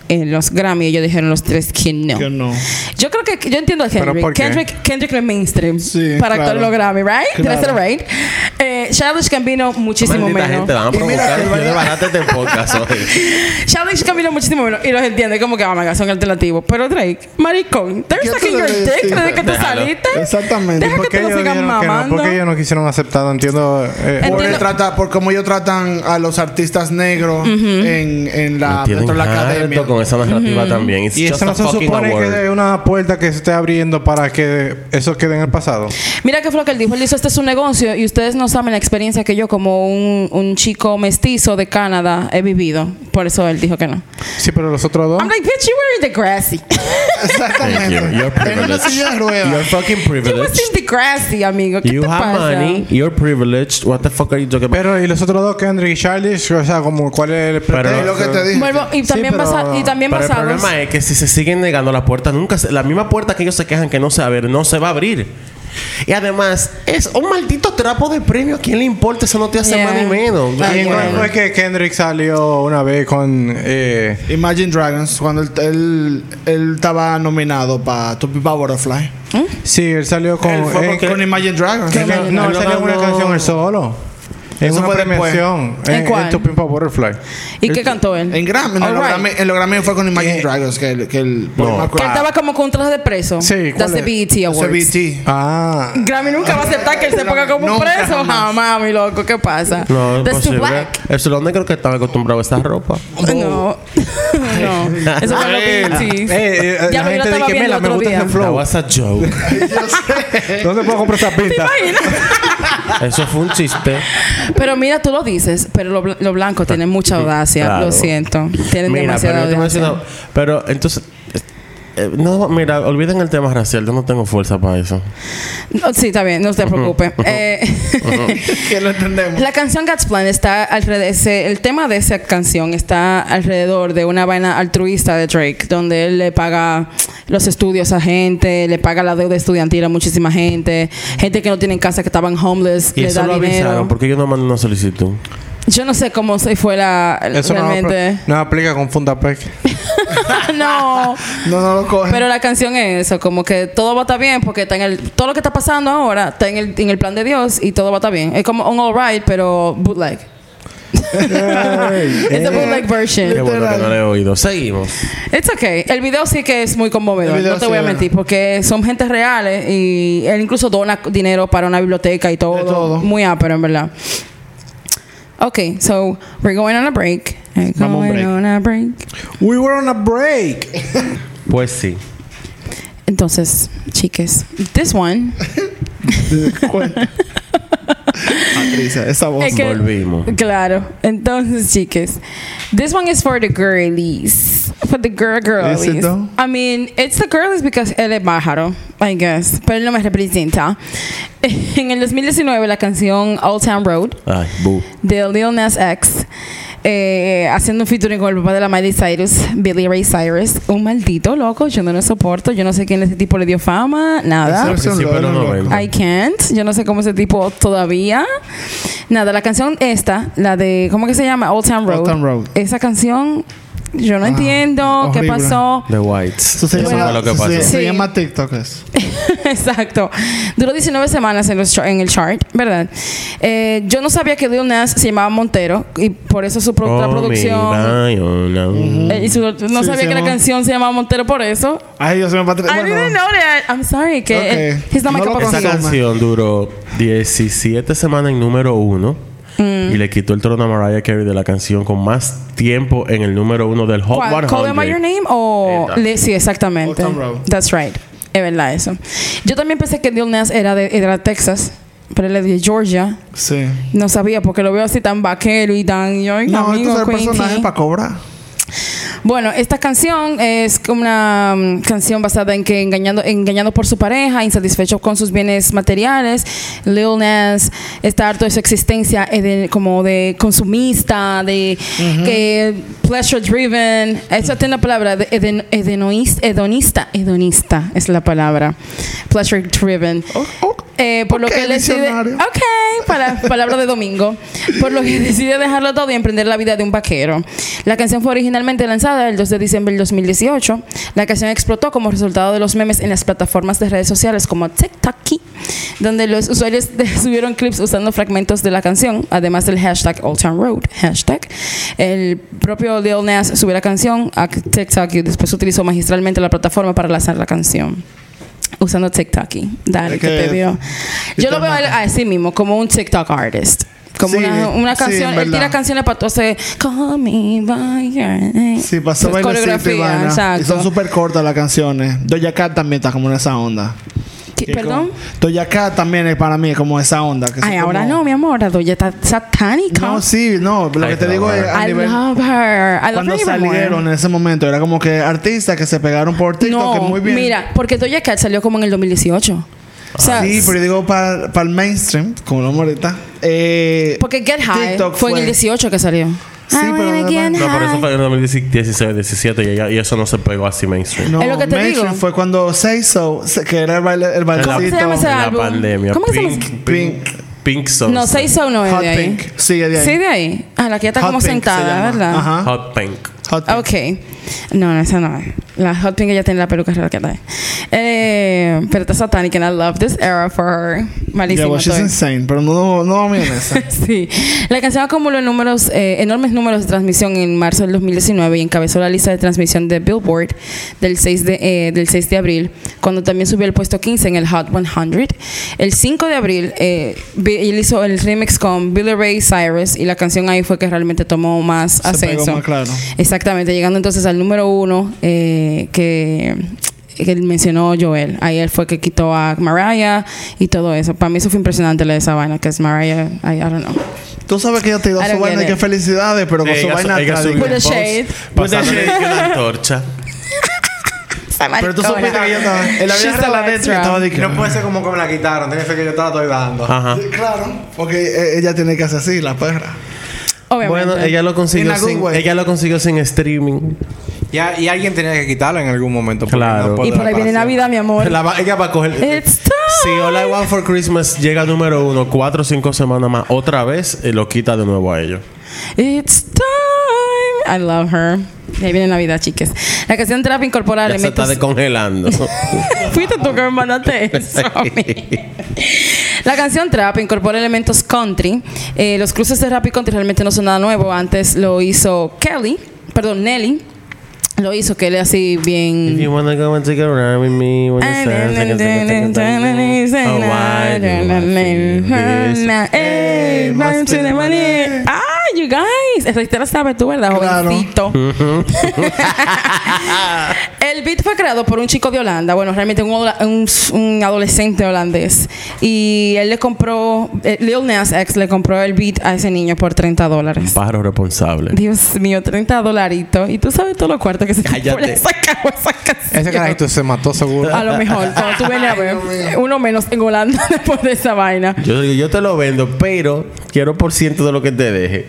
Speaker 2: en los Grammy y ellos dijeron los tres que no.
Speaker 3: Que no.
Speaker 2: Yo creo que yo entiendo a
Speaker 1: ¿Pero
Speaker 2: Kendrick.
Speaker 1: por qué?
Speaker 2: Kendrick, Kendrick no es mainstream
Speaker 3: Sí,
Speaker 2: para
Speaker 3: claro.
Speaker 2: actuar en los Grammy, right?
Speaker 3: Claro.
Speaker 2: Debe ser right. Eh, Childish Gambino muchísimo
Speaker 4: Maldita
Speaker 2: menos.
Speaker 4: gente, van a
Speaker 3: Y mira
Speaker 4: provocar.
Speaker 3: que el
Speaker 4: Yo
Speaker 3: baile-
Speaker 4: de barata te
Speaker 2: (laughs)
Speaker 4: podcast hoy.
Speaker 2: Childish Gambino muchísimo menos y los entiende como que oh my God, son alternativos. Pero Drake, maricón, they're
Speaker 3: ¿Qué tú
Speaker 2: sucking your
Speaker 3: debes
Speaker 2: dick
Speaker 3: decir?
Speaker 2: desde que tú
Speaker 4: Déjalo.
Speaker 2: saliste.
Speaker 3: Exactamente.
Speaker 2: Deja
Speaker 1: ¿Por
Speaker 2: que
Speaker 1: qué
Speaker 2: te lo
Speaker 1: ellos
Speaker 2: sigan
Speaker 1: dijeron que no?
Speaker 2: mamando.
Speaker 1: ¿Por qué ellos no quisieron aceptar? No entiendo. eh,
Speaker 2: Entiendo.
Speaker 1: por-
Speaker 3: Porque trata, por cómo ellos tratan a los artistas negros en, en la, Ah,
Speaker 4: Me tienen
Speaker 3: dentro de la
Speaker 4: harto
Speaker 3: academia.
Speaker 4: con esa narrativa también. It's
Speaker 1: y
Speaker 4: just
Speaker 1: eso
Speaker 4: a
Speaker 1: no se
Speaker 4: fucking
Speaker 1: supone
Speaker 4: award.
Speaker 1: que es una puerta que se esté abriendo para que eso quede en el pasado.
Speaker 2: Mira qué fue lo que él dijo. Él dijo, este es un negocio y ustedes no saben la experiencia que yo como un, un chico mestizo de Canadá he vivido. Por eso él dijo que no.
Speaker 1: Sí, pero los otros dos.
Speaker 2: I'm like, bitch, you were in the grassy.
Speaker 3: Exactamente.
Speaker 4: Thank you. You're
Speaker 3: en una
Speaker 4: privileged.
Speaker 3: silla de
Speaker 4: You're
Speaker 3: ruedas.
Speaker 4: fucking
Speaker 2: you was
Speaker 4: privileged.
Speaker 2: in the grassy, amigo. ¿Qué
Speaker 4: You
Speaker 2: te
Speaker 4: have
Speaker 2: pasa?
Speaker 4: money. You're privileged. What the fuck are you talking about?
Speaker 1: Pero y los otros dos, Kendrick y Charles, o sea, como cuál es el pretexto?
Speaker 3: Es lo que te dije.
Speaker 2: Vuelvo- y
Speaker 1: Sí,
Speaker 2: también,
Speaker 1: pero-
Speaker 2: basa- y también
Speaker 4: Pero el
Speaker 2: basados.
Speaker 4: problema es que si se siguen negando la puerta, nunca se- la misma puerta que ellos se quejan que no se va a abrir, no se va a abrir. Y además, es un maldito trapo de premio. ¿A quién le importa? Eso no te hace
Speaker 2: Yeah.
Speaker 4: más ni menos.
Speaker 2: Ah,
Speaker 1: Y no fue que Kendrick salió una vez con eh,
Speaker 3: Imagine Dragons, cuando él, él, él estaba nominado para To Be Pa' Butterfly.
Speaker 1: sí, él salió
Speaker 2: Oh,
Speaker 1: con
Speaker 4: Él fue
Speaker 1: eh,
Speaker 4: porque-
Speaker 1: con-
Speaker 3: Con Imagine Dragons.
Speaker 1: no,
Speaker 4: Él
Speaker 1: no,
Speaker 4: lo
Speaker 1: él salió con una
Speaker 4: ganó.
Speaker 1: canción él solo. En
Speaker 3: Eso
Speaker 1: una
Speaker 3: fue después.
Speaker 1: premiación
Speaker 2: ¿En
Speaker 1: en,
Speaker 2: cuál?
Speaker 1: en Tu Pimpa Butterfly.
Speaker 2: ¿Y qué cantó él?
Speaker 3: En Grammy, no,
Speaker 2: All
Speaker 3: en los
Speaker 2: right.
Speaker 3: Grammy, en los Grammy fue con Imagine
Speaker 1: Eh,
Speaker 3: Dragons que el, que el me
Speaker 4: No.
Speaker 2: Que él
Speaker 3: acuerdo.
Speaker 2: estaba como con un traje de preso.
Speaker 1: Sí,
Speaker 2: That's
Speaker 1: ¿cuál
Speaker 2: the
Speaker 1: es?
Speaker 2: BET
Speaker 3: Ese
Speaker 2: Awards.
Speaker 3: BT.
Speaker 1: Ah,
Speaker 2: Grammy nunca va a aceptar que él se ponga como un
Speaker 3: Nunca
Speaker 2: preso.
Speaker 3: jamás.
Speaker 2: Jamás, mi loco. ¿Qué pasa?
Speaker 4: No, es
Speaker 2: That's too
Speaker 4: imposible.
Speaker 2: black.
Speaker 4: Eso es lo negro que están acostumbrados a esta ropa.
Speaker 2: No. (laughs) no. Eso fue
Speaker 1: Eh,
Speaker 2: lo que
Speaker 1: eh, eh,
Speaker 2: Ya,
Speaker 1: la
Speaker 2: pero yo
Speaker 1: gente
Speaker 2: estaba
Speaker 1: dice,
Speaker 2: viendo
Speaker 1: mela, me
Speaker 2: otro
Speaker 1: gusta
Speaker 2: día".
Speaker 1: ese
Speaker 4: That
Speaker 1: flow.
Speaker 4: was a
Speaker 2: (laughs)
Speaker 4: joke.
Speaker 1: ¿Dónde puedo comprar esa pinta?
Speaker 4: Eso fue un chiste.
Speaker 2: Pero mira, tú lo dices, pero lo, bl- lo blanco tiene mucha audacia.
Speaker 4: Claro.
Speaker 2: Lo siento. Tienen
Speaker 4: Mira,
Speaker 2: demasiada
Speaker 4: pero yo te voy a decir
Speaker 2: audacia.
Speaker 4: una- Pero entonces. eh, eh, no, mira, olviden el tema racial, yo no tengo fuerza para eso.
Speaker 2: No, sí, está bien, no se preocupe. Eh,
Speaker 3: (laughs) que lo entendemos.
Speaker 2: la canción God's Plan está alrededor, ese- el tema de esa canción está alrededor de una vaina altruista de Drake, donde él le paga los estudios a gente, le paga la deuda estudiantil a muchísima gente, gente que no tiene casa, que estaban homeless,
Speaker 4: Y
Speaker 2: le
Speaker 4: eso
Speaker 2: da
Speaker 4: lo
Speaker 2: dinero.
Speaker 4: avisaron porque yo no mandé una solicitud.
Speaker 2: Yo no sé cómo se fue la
Speaker 1: Eso no,
Speaker 2: realmente.
Speaker 1: apl- no aplica con Fundapec.
Speaker 2: (laughs) no.
Speaker 3: No, no lo
Speaker 2: (laughs)
Speaker 3: cogen.
Speaker 2: Pero la canción es eso, como que todo va a estar bien porque está en el, todo lo que está pasando ahora está en el, en el plan de Dios y todo va a estar bien. Es como un alright, pero bootleg.
Speaker 3: Ey,
Speaker 2: (laughs) It's a bootleg
Speaker 4: Qué
Speaker 2: version.
Speaker 4: bueno que
Speaker 3: Literal.
Speaker 4: no le he oído. Seguimos.
Speaker 2: It's okay. El video sí que es muy
Speaker 3: El
Speaker 2: conmovedor,
Speaker 3: video
Speaker 2: no te
Speaker 3: sí
Speaker 2: voy a
Speaker 3: es
Speaker 2: mentir,
Speaker 3: bueno.
Speaker 2: porque son gentes reales y él incluso dona dinero para una biblioteca y todo.
Speaker 3: De todo.
Speaker 2: Muy ápero, en verdad. Okay, so we're going on a break. We're
Speaker 5: Vamos a un
Speaker 2: going
Speaker 5: break.
Speaker 2: on a break.
Speaker 1: We were on a break.
Speaker 4: Pues sí.
Speaker 2: Entonces, chiques, this one
Speaker 3: Cuenta. Patricia, esa voz.
Speaker 2: Es que-
Speaker 4: Volvimos.
Speaker 2: Claro. Entonces, chicas, this one is for the girlies. For the girl girlies.
Speaker 3: Is it though?
Speaker 2: I mean, it's the girlies because él es pájaro, I guess. Pero él no me representa. (laughs) En el 2019, la canción Old Town Road
Speaker 4: Ay, bu.
Speaker 2: de Lil Nas X, eh, haciendo un featuring con el papá de la Miley Cyrus, Billy Ray Cyrus. Un maldito loco, yo no lo soporto. Yo no sé quién ese tipo le dio fama, nada.
Speaker 3: Ese es un
Speaker 4: principio de los
Speaker 3: loco.
Speaker 4: 90.
Speaker 2: I can't. Yo no sé cómo ese tipo todavía. Nada, la canción esta, la de, ¿cómo que se llama? Old Town Road.
Speaker 3: Old Town Road. Ah,
Speaker 2: Esa canción, yo no entiendo qué
Speaker 3: horrible. (laughs)
Speaker 2: pasó.
Speaker 4: The Whites.
Speaker 3: Eso se
Speaker 4: Eso
Speaker 3: llama,
Speaker 4: fue lo que
Speaker 3: eso se-
Speaker 4: pasó.
Speaker 3: se
Speaker 2: Sí.
Speaker 3: llama TikTok. eso.
Speaker 2: Exacto. Duró 19 semanas en, los char- en el chart, ¿verdad? Eh, yo no sabía que Lil Nas se llamaba Montero y por eso su pro- la producción.
Speaker 4: Ay, oh, no.
Speaker 2: eh, y su- no
Speaker 3: Oh, Sí,
Speaker 2: sabía
Speaker 3: se
Speaker 2: que la
Speaker 3: llama-
Speaker 2: canción se llamaba Montero por eso.
Speaker 3: Ay, Dios mío, Patricia.
Speaker 2: I didn't know that. I'm sorry. Que
Speaker 3: Ok.
Speaker 2: eh, he's not my
Speaker 3: No lo
Speaker 2: cup of
Speaker 4: Esa
Speaker 2: tea.
Speaker 3: Toma.
Speaker 4: canción duró 17 semanas en número uno.
Speaker 2: Mm.
Speaker 4: Y le quitó el trono a Mariah Carey de la canción con más tiempo en el número uno del Hot
Speaker 2: ¿Cuál?
Speaker 4: 100.
Speaker 2: Call Them by Your Name o
Speaker 4: Oh, Exacto.
Speaker 2: Le- sí, exactamente.
Speaker 3: Old Town Road.
Speaker 2: That's right. Es verdad eso. Yo también pensé que Lil Nas era de, era de Texas, pero él es de Georgia.
Speaker 3: Sí.
Speaker 2: No sabía porque lo veo así tan vaquero y tan yo,
Speaker 3: No, esto
Speaker 2: amigo,
Speaker 3: es el
Speaker 2: Queen
Speaker 3: personaje
Speaker 2: T.
Speaker 3: para cobrar.
Speaker 2: Bueno, esta canción es como una mm, canción basada en que engañando, engañado por su pareja, insatisfecho con sus bienes materiales, Lil Nas está harto de su existencia eh, de- como de consumista, de que pleasure driven. Esa tiene la palabra de eden- edenois- hedonista, hedonista es la palabra, pleasure driven. Eh, por
Speaker 3: ok,
Speaker 2: lo que él decide,
Speaker 3: diccionario.
Speaker 2: ok, para palabra de domingo, por lo que (laughs) decide dejarlo todo y emprender la vida de un vaquero. La canción fue originalmente lanzada el 2 de diciembre del 2018. La canción explotó como resultado de los memes en las plataformas de redes sociales como TikTok, donde los usuarios (laughs) de- subieron clips usando fragmentos de la canción, además del hashtag Old Town Road hashtag. El propio Lil Nas subió la canción a TikTok y después utilizó magistralmente la plataforma para lanzar la canción usando TikTok. Dale,
Speaker 3: Es
Speaker 2: que,
Speaker 3: que-
Speaker 2: te veo.
Speaker 3: que
Speaker 2: Yo lo
Speaker 3: te
Speaker 2: veo a él
Speaker 3: mata.
Speaker 2: así mismo, como un TikTok artist. Como
Speaker 3: Sí,
Speaker 2: una, una
Speaker 3: sí,
Speaker 2: canción,
Speaker 3: en
Speaker 2: él tira
Speaker 3: verdad.
Speaker 2: canciones para todo ese Call me by your name.
Speaker 3: Sí, pasó
Speaker 2: Pues
Speaker 3: bailecito y vaina. Y son súper cortas las canciones. Doja Cat también está como en esa onda.
Speaker 2: ¿Qué-
Speaker 3: Que
Speaker 2: Perdón.
Speaker 3: como- Doja Cat también es para mí es como esa onda. que son
Speaker 2: Ay,
Speaker 3: como-
Speaker 2: ahora no, mi amor, la doña está satánica.
Speaker 3: No, sí, no. Lo que
Speaker 4: Ay,
Speaker 3: te
Speaker 4: no,
Speaker 3: digo es a
Speaker 2: I
Speaker 3: nivel...
Speaker 2: love her. I love
Speaker 3: Cuando
Speaker 2: her even more.
Speaker 3: salieron en ese momento, era como que artistas que se pegaron por TikTok, que
Speaker 2: No,
Speaker 3: muy bien.
Speaker 2: mira, porque Doja Cat salió como en el 2018. O sea,
Speaker 3: Sí, pero yo digo para el mainstream, como lo vemos ahorita. Eh,
Speaker 2: porque Get High
Speaker 3: TikTok
Speaker 2: fue en el 18 que salió.
Speaker 3: Sí,
Speaker 2: I wanna
Speaker 3: pero
Speaker 2: get
Speaker 3: además-
Speaker 4: No, pero
Speaker 2: high.
Speaker 4: eso fue en 2016, 17 y, ya- y eso no se pegó así mainstream.
Speaker 3: No,
Speaker 2: Es lo que te
Speaker 3: mainstream
Speaker 2: digo.
Speaker 3: fue cuando Say So, se- que era el, baile, el
Speaker 4: En
Speaker 3: bailecito.
Speaker 4: la-
Speaker 2: ¿Cómo se llama ese
Speaker 4: en la
Speaker 2: álbum?
Speaker 4: pandemia.
Speaker 2: ¿Cómo que se llama
Speaker 4: Pink,
Speaker 2: ese-
Speaker 4: Pink, Pink Sauce.
Speaker 2: No, 6 o no es
Speaker 3: Hot
Speaker 2: de ahí.
Speaker 3: Pink. Sí, es de ahí.
Speaker 2: Sí, de ahí. Ah, la que ya está
Speaker 3: Hot
Speaker 2: como
Speaker 3: Pink se
Speaker 2: sentada,
Speaker 3: llama.
Speaker 2: ¿verdad?
Speaker 3: Ajá.
Speaker 4: Hot Pink.
Speaker 3: Hot
Speaker 2: Ah,
Speaker 3: Pink.
Speaker 2: Ok. No, no, esa no es. La Hot Pink ya tiene la peluca real que está ahí. Eh, pero está satánica and I love this era for her.
Speaker 3: Yeah,
Speaker 2: Malísimo.
Speaker 3: well, she's
Speaker 2: estoy.
Speaker 3: insane, pero no, no vamos en esa.
Speaker 2: (laughs) Sí, la canción acumuló números, eh, enormes números de transmisión en marzo del 2019 y encabezó la lista de transmisión de Billboard del 6 de, eh, del 6 de abril, cuando también subió al puesto 15 en el Hot 100. El 5 de abril, eh, vi- él hizo el remix con Billy Ray Cyrus y la canción ahí fue que realmente tomó más
Speaker 3: Se pegó
Speaker 2: ascenso.
Speaker 3: más claro.
Speaker 2: Exactamente, llegando entonces al número uno eh, que, que él mencionó Joel. Ahí él fue que quitó a Mariah y todo eso. Para mí eso fue impresionante la de esa vaina, que es Mariah, I, I don't know.
Speaker 3: Tú sabes que ella te dio
Speaker 2: I
Speaker 3: su
Speaker 2: don't
Speaker 3: vaina,
Speaker 2: get
Speaker 3: que
Speaker 2: it.
Speaker 3: felicidades, pero con su
Speaker 4: Ella-
Speaker 3: vaina
Speaker 4: ella
Speaker 3: atrás.
Speaker 4: subió
Speaker 2: With
Speaker 4: un
Speaker 2: a
Speaker 4: post
Speaker 2: shade.
Speaker 4: pasándole que la antorcha.
Speaker 3: Pero tú supiste que yo estaba en la vida
Speaker 2: She's so
Speaker 3: real adentro
Speaker 2: extra.
Speaker 3: yo estaba de que-
Speaker 1: (laughs) No puede ser como que me la quitaron. Tiene que ser que yo estaba estoy dando.
Speaker 4: Ajá.
Speaker 3: Sí, Claro, porque eh, ella tiene que hacer así, la perra.
Speaker 2: Obviamente.
Speaker 4: Bueno, ella lo consiguió
Speaker 3: In a good
Speaker 4: sin
Speaker 3: way.
Speaker 4: ella lo consiguió sin streaming.
Speaker 1: Y, a- y alguien tenía que quitarla en algún momento. porque
Speaker 4: Claro.
Speaker 1: no puede
Speaker 2: y por ahí
Speaker 1: desaparecer.
Speaker 2: viene Navidad, mi amor.
Speaker 4: La va- ella va a coger
Speaker 2: It's time.
Speaker 4: Si All I Want for Christmas llega al número uno cuatro o cinco semanas más, otra vez eh, lo quita de nuevo a ellos.
Speaker 2: It's time. I love her. Y ahí viene Navidad, chicas. La canción trap incorpora
Speaker 4: Ya se está
Speaker 2: elementos.
Speaker 4: descongelando.
Speaker 2: Fuiste tú que me mandaste eso a mí. La canción trap incorpora elementos country. Eh, los cruces de rap y country realmente no son nada nuevo. Antes lo hizo Kelly, perdón, Nelly. Lo hizo Kelly así
Speaker 4: If
Speaker 2: bien.
Speaker 4: you wanna go and take a ride with me when the sun sets, take a- take a- take a- Oh, why do I feel this?
Speaker 2: Hey, rhyme to the money. Ah, you guys. Esa historia la sabes tú, ¿verdad?
Speaker 3: Claro.
Speaker 2: Jovencito. (laughs) El beat fue creado por un chico de Holanda, bueno, realmente un, hola- un- un adolescente holandés. Y él le compró, eh, Lil Nas X le compró el beat a ese niño por 30 dólares.
Speaker 4: Pájaro responsable.
Speaker 2: Dios mío, 30 dolaritos. Y tú sabes todos los cuartos que se
Speaker 4: Cállate.
Speaker 2: (laughs) por esa, ca- esa canción.
Speaker 1: Ese carajito se mató seguro.
Speaker 2: A lo mejor, cuando tú vienes a ver, uno menos en Holanda (laughs) después de esa vaina.
Speaker 4: Yo, yo te lo vendo, pero quiero por ciento de lo que te deje.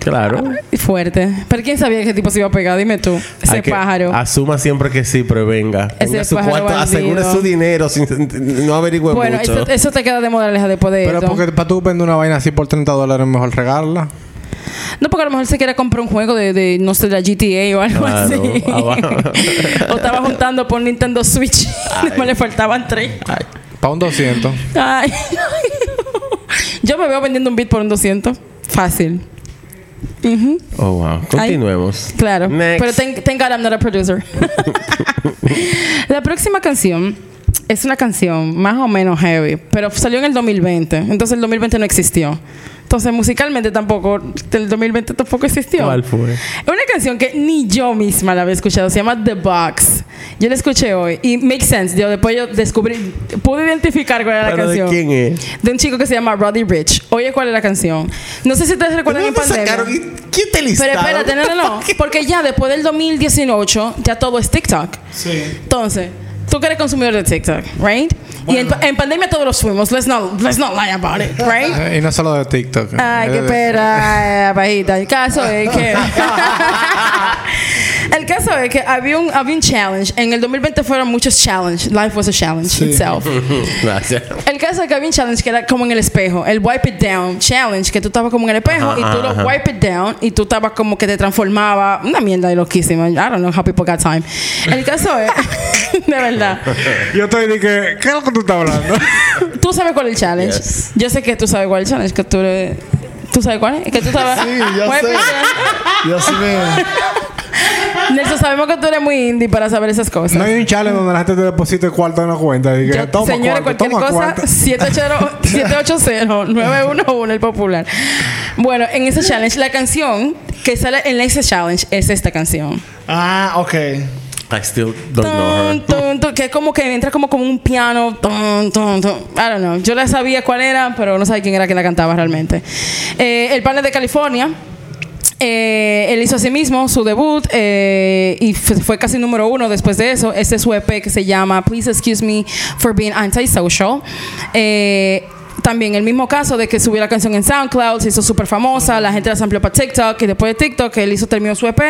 Speaker 4: Claro.
Speaker 2: Fuerte. Pero quién sabía que ese tipo se iba a pegar, dime tú. Ese
Speaker 4: Hay que-
Speaker 2: pájaro.
Speaker 4: Asuma siempre que sí, prevenga.
Speaker 2: Ese
Speaker 4: Tenga su
Speaker 2: pájaro
Speaker 4: cuarto,
Speaker 2: bandido.
Speaker 4: asegure su dinero, sin, no averigüe
Speaker 2: Bueno,
Speaker 4: mucho.
Speaker 2: eso, eso te queda de moraleja después de
Speaker 1: (laughs) Pero
Speaker 2: esto.
Speaker 1: porque para tú vender una vaina así por 30 dólares, mejor regarla.
Speaker 2: No, porque a lo mejor se quiere comprar un juego de, de, no sé, de la GTA o algo
Speaker 4: Claro.
Speaker 2: así.
Speaker 4: (laughs) Ah, bueno.
Speaker 2: o estaba juntando por Nintendo Switch. Nada más le faltaban tres.
Speaker 4: Ay,
Speaker 1: Para un 200.
Speaker 2: Ay. Yo me veo vendiendo un beat por un 200. Fácil. Ujú.
Speaker 4: Oh, wow. Continuemos.
Speaker 2: Claro.
Speaker 4: Next.
Speaker 2: Pero thank, thank God I'm not a
Speaker 4: (laughs)
Speaker 2: producer. la próxima canción es una canción más o menos heavy, pero salió en el 2020. Entonces el 2020 no existió. Entonces musicalmente tampoco, el 2020 tampoco existió.
Speaker 4: ¿Cuál fue?
Speaker 2: Es Una canción que ni yo misma la había escuchado, se llama The Box. Yo la escuché hoy y make sense. Yo después yo descubrí, pude identificar cuál era la
Speaker 4: ¿Pero de
Speaker 2: canción.
Speaker 4: quién es?
Speaker 2: De un chico que se llama Roddy Rich. Oye, cuál es la canción. No sé si ustedes recuerdan en
Speaker 4: ¿Dónde
Speaker 2: pandemia.
Speaker 4: sacaron? ¿Quién te
Speaker 2: Pero
Speaker 4: listaron?
Speaker 2: espérate, no, no, no. Porque ya después del 2018, ya todo es TikTok.
Speaker 3: Sí.
Speaker 2: Entonces, tú que eres consumidor de TikTok, right? Y en, pa- en pandemia todos los fuimos. Let's not, let's not lie about it, right?
Speaker 1: Eh, Y no solo de TikTok.
Speaker 2: Ay,
Speaker 1: Eh,
Speaker 2: qué
Speaker 1: de-
Speaker 2: pena, eh, bajita. El caso es que. (laughs) El caso es que había un, había un challenge. En el 2020 fueron muchos challenges. Life was a challenge itself.
Speaker 4: (laughs) Gracias.
Speaker 2: El caso es que había un challenge que era como en el espejo, el wipe it down challenge, que tú estabas como en el espejo
Speaker 4: Ajá,
Speaker 2: y tú lo
Speaker 4: ajá, ajá.
Speaker 2: wipe it down y tú estabas como que te transformaba, una mierda de loquísima. I don't know how people got time. El caso es, (laughs) de verdad,
Speaker 1: Yo estoy de que, ¿qué es lo que tú estás hablando?
Speaker 2: (laughs) tú sabes cuál es el challenge.
Speaker 4: Yes.
Speaker 2: Yo sé que tú sabes cuál es el challenge, que tú eres- ¿Tú sabes cuál es? Que tú sabes. Pues,
Speaker 3: Sí, yo
Speaker 2: Wipe it
Speaker 3: sé.
Speaker 2: down.
Speaker 3: Dios mío.
Speaker 2: (laughs) Nelson, sabemos que tú eres muy indie para saber esas cosas.
Speaker 1: No hay un challenge donde la gente te deposita el cuarto en la cuenta. Y que,
Speaker 2: Yo,
Speaker 1: toma
Speaker 2: señores,
Speaker 1: cuarto,
Speaker 2: cualquier cosa,
Speaker 1: toma
Speaker 2: (laughs)
Speaker 1: cuarto.
Speaker 2: 780-911, el popular. Bueno, en ese challenge, la canción que sale en ese challenge es esta canción.
Speaker 3: Ah, ok.
Speaker 4: I still don't know her.
Speaker 2: Tun, tun, tun, que es como que entra como, como un piano. tun, tun, tun. I don't know. Yo la sabía cuál era, pero no sabía quién era quien la cantaba realmente. Eh, el panel de California. eh, él hizo a sí mismo su debut eh, y f- fue casi número uno después de eso. Este es su EP que se llama Please Excuse Me for Being Antisocial. Eh, también el mismo caso de que subió la canción en SoundCloud, se hizo súper famosa, la gente la amplió para TikTok y después de TikTok él hizo terminó su EP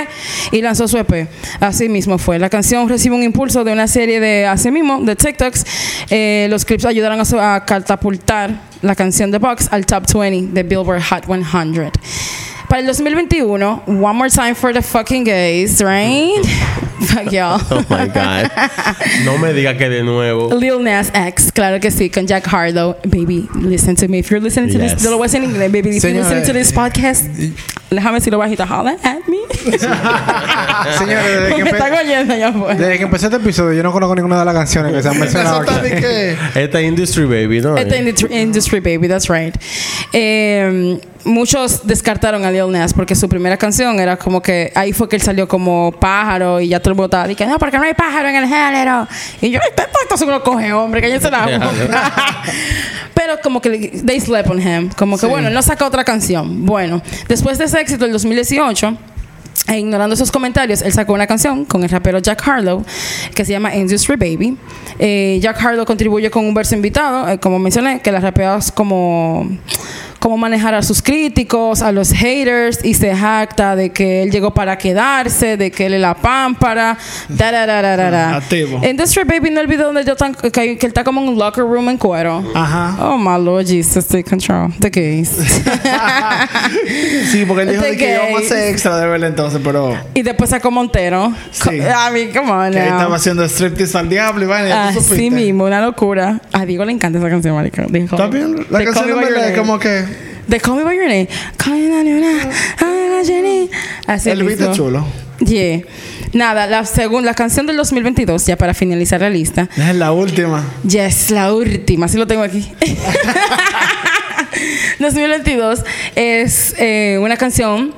Speaker 2: y lanzó su EP. Así mismo fue. La canción recibe un impulso de una serie de así mismo, de TikToks. Eh, los clips ayudaron a, su- a catapultar la canción de Box al top 20 de Billboard Hot 100. Para el 2021, One More Time for the Fucking Gays, right? (laughs) Fuck y'all.
Speaker 4: (laughs) (laughs) Oh my
Speaker 2: (laughs)
Speaker 4: God. No me diga que de nuevo.
Speaker 2: Lil Nas X, claro que sí, con Jack Harlow. Baby, listen to me. If you're listening to
Speaker 4: Yes.
Speaker 2: this, yo lo voy a hacer en inglés, baby. If you're
Speaker 1: Señores.
Speaker 2: listening to this podcast, déjame si lo bajito, holler at me.
Speaker 1: Señores, desde que,
Speaker 2: Porque
Speaker 1: empe-
Speaker 2: están oyendo allá afuera.
Speaker 1: desde que empecé este episodio, yo no conozco ninguna de las canciones que se han mencionado
Speaker 3: Eso
Speaker 1: aquí.
Speaker 3: está de que.
Speaker 4: Esta industry baby, ¿no?
Speaker 2: Esta industry, industry, baby, that's right. Eh, muchos descartaron a Lil Nas porque su primera canción era como que ahí fue que él salió como pájaro y ya todo el mundo estaba diciendo, no, porque no hay pájaro en el género. Y yo, este esto se lo coge, hombre, que yo se la (laughs) Pero como que le- they slept on him. Como que bueno, él no saca otra canción. Bueno, después de ese éxito, el 2018. E ignorando esos comentarios, él sacó una canción con el rapero Jack Harlow que se llama Industry Baby. Eh, Jack Harlow contribuye con un verso invitado, eh, como mencioné, que las rapeas como cómo manejar a sus críticos, a los haters, y se jacta de que él llegó para quedarse, de que él es la pámpara, da, da, da, da, da, da.
Speaker 3: Activo.
Speaker 2: Industry Baby no olvidó donde yo tan, que, que él está como en un locker room en cuero. (laughs)
Speaker 3: Ajá.
Speaker 2: Oh my lord, Jesus, take control. The gays.
Speaker 3: Sí, porque él dijo
Speaker 2: De
Speaker 3: de que
Speaker 2: que-
Speaker 3: íbamos a ser extra de verla entonces, pero
Speaker 2: y después sacó Montero. Co-
Speaker 3: Sí.
Speaker 2: I mean, come on
Speaker 3: que ahí
Speaker 2: now.
Speaker 3: estaba haciendo striptease al diablo y vaina. ya tú
Speaker 2: Así
Speaker 3: supiste.
Speaker 2: mismo, una locura. A Diego le encanta esa canción, marica. De Call-
Speaker 3: También la
Speaker 2: de
Speaker 3: canción
Speaker 2: Call Me
Speaker 3: no
Speaker 2: By
Speaker 3: me
Speaker 2: Your
Speaker 3: la
Speaker 2: Name.
Speaker 3: como que
Speaker 2: De Call Me By Your Name. Call Me By Your Name. Ah, Jenny. Así
Speaker 3: el beat
Speaker 2: mismo.
Speaker 3: es chulo.
Speaker 2: Yeah. Nada, la, según la canción del 2022, ya para finalizar la lista,
Speaker 3: Es la última.
Speaker 2: ya es la última, sí lo tengo aquí. (laughs) 2022 es eh, una canción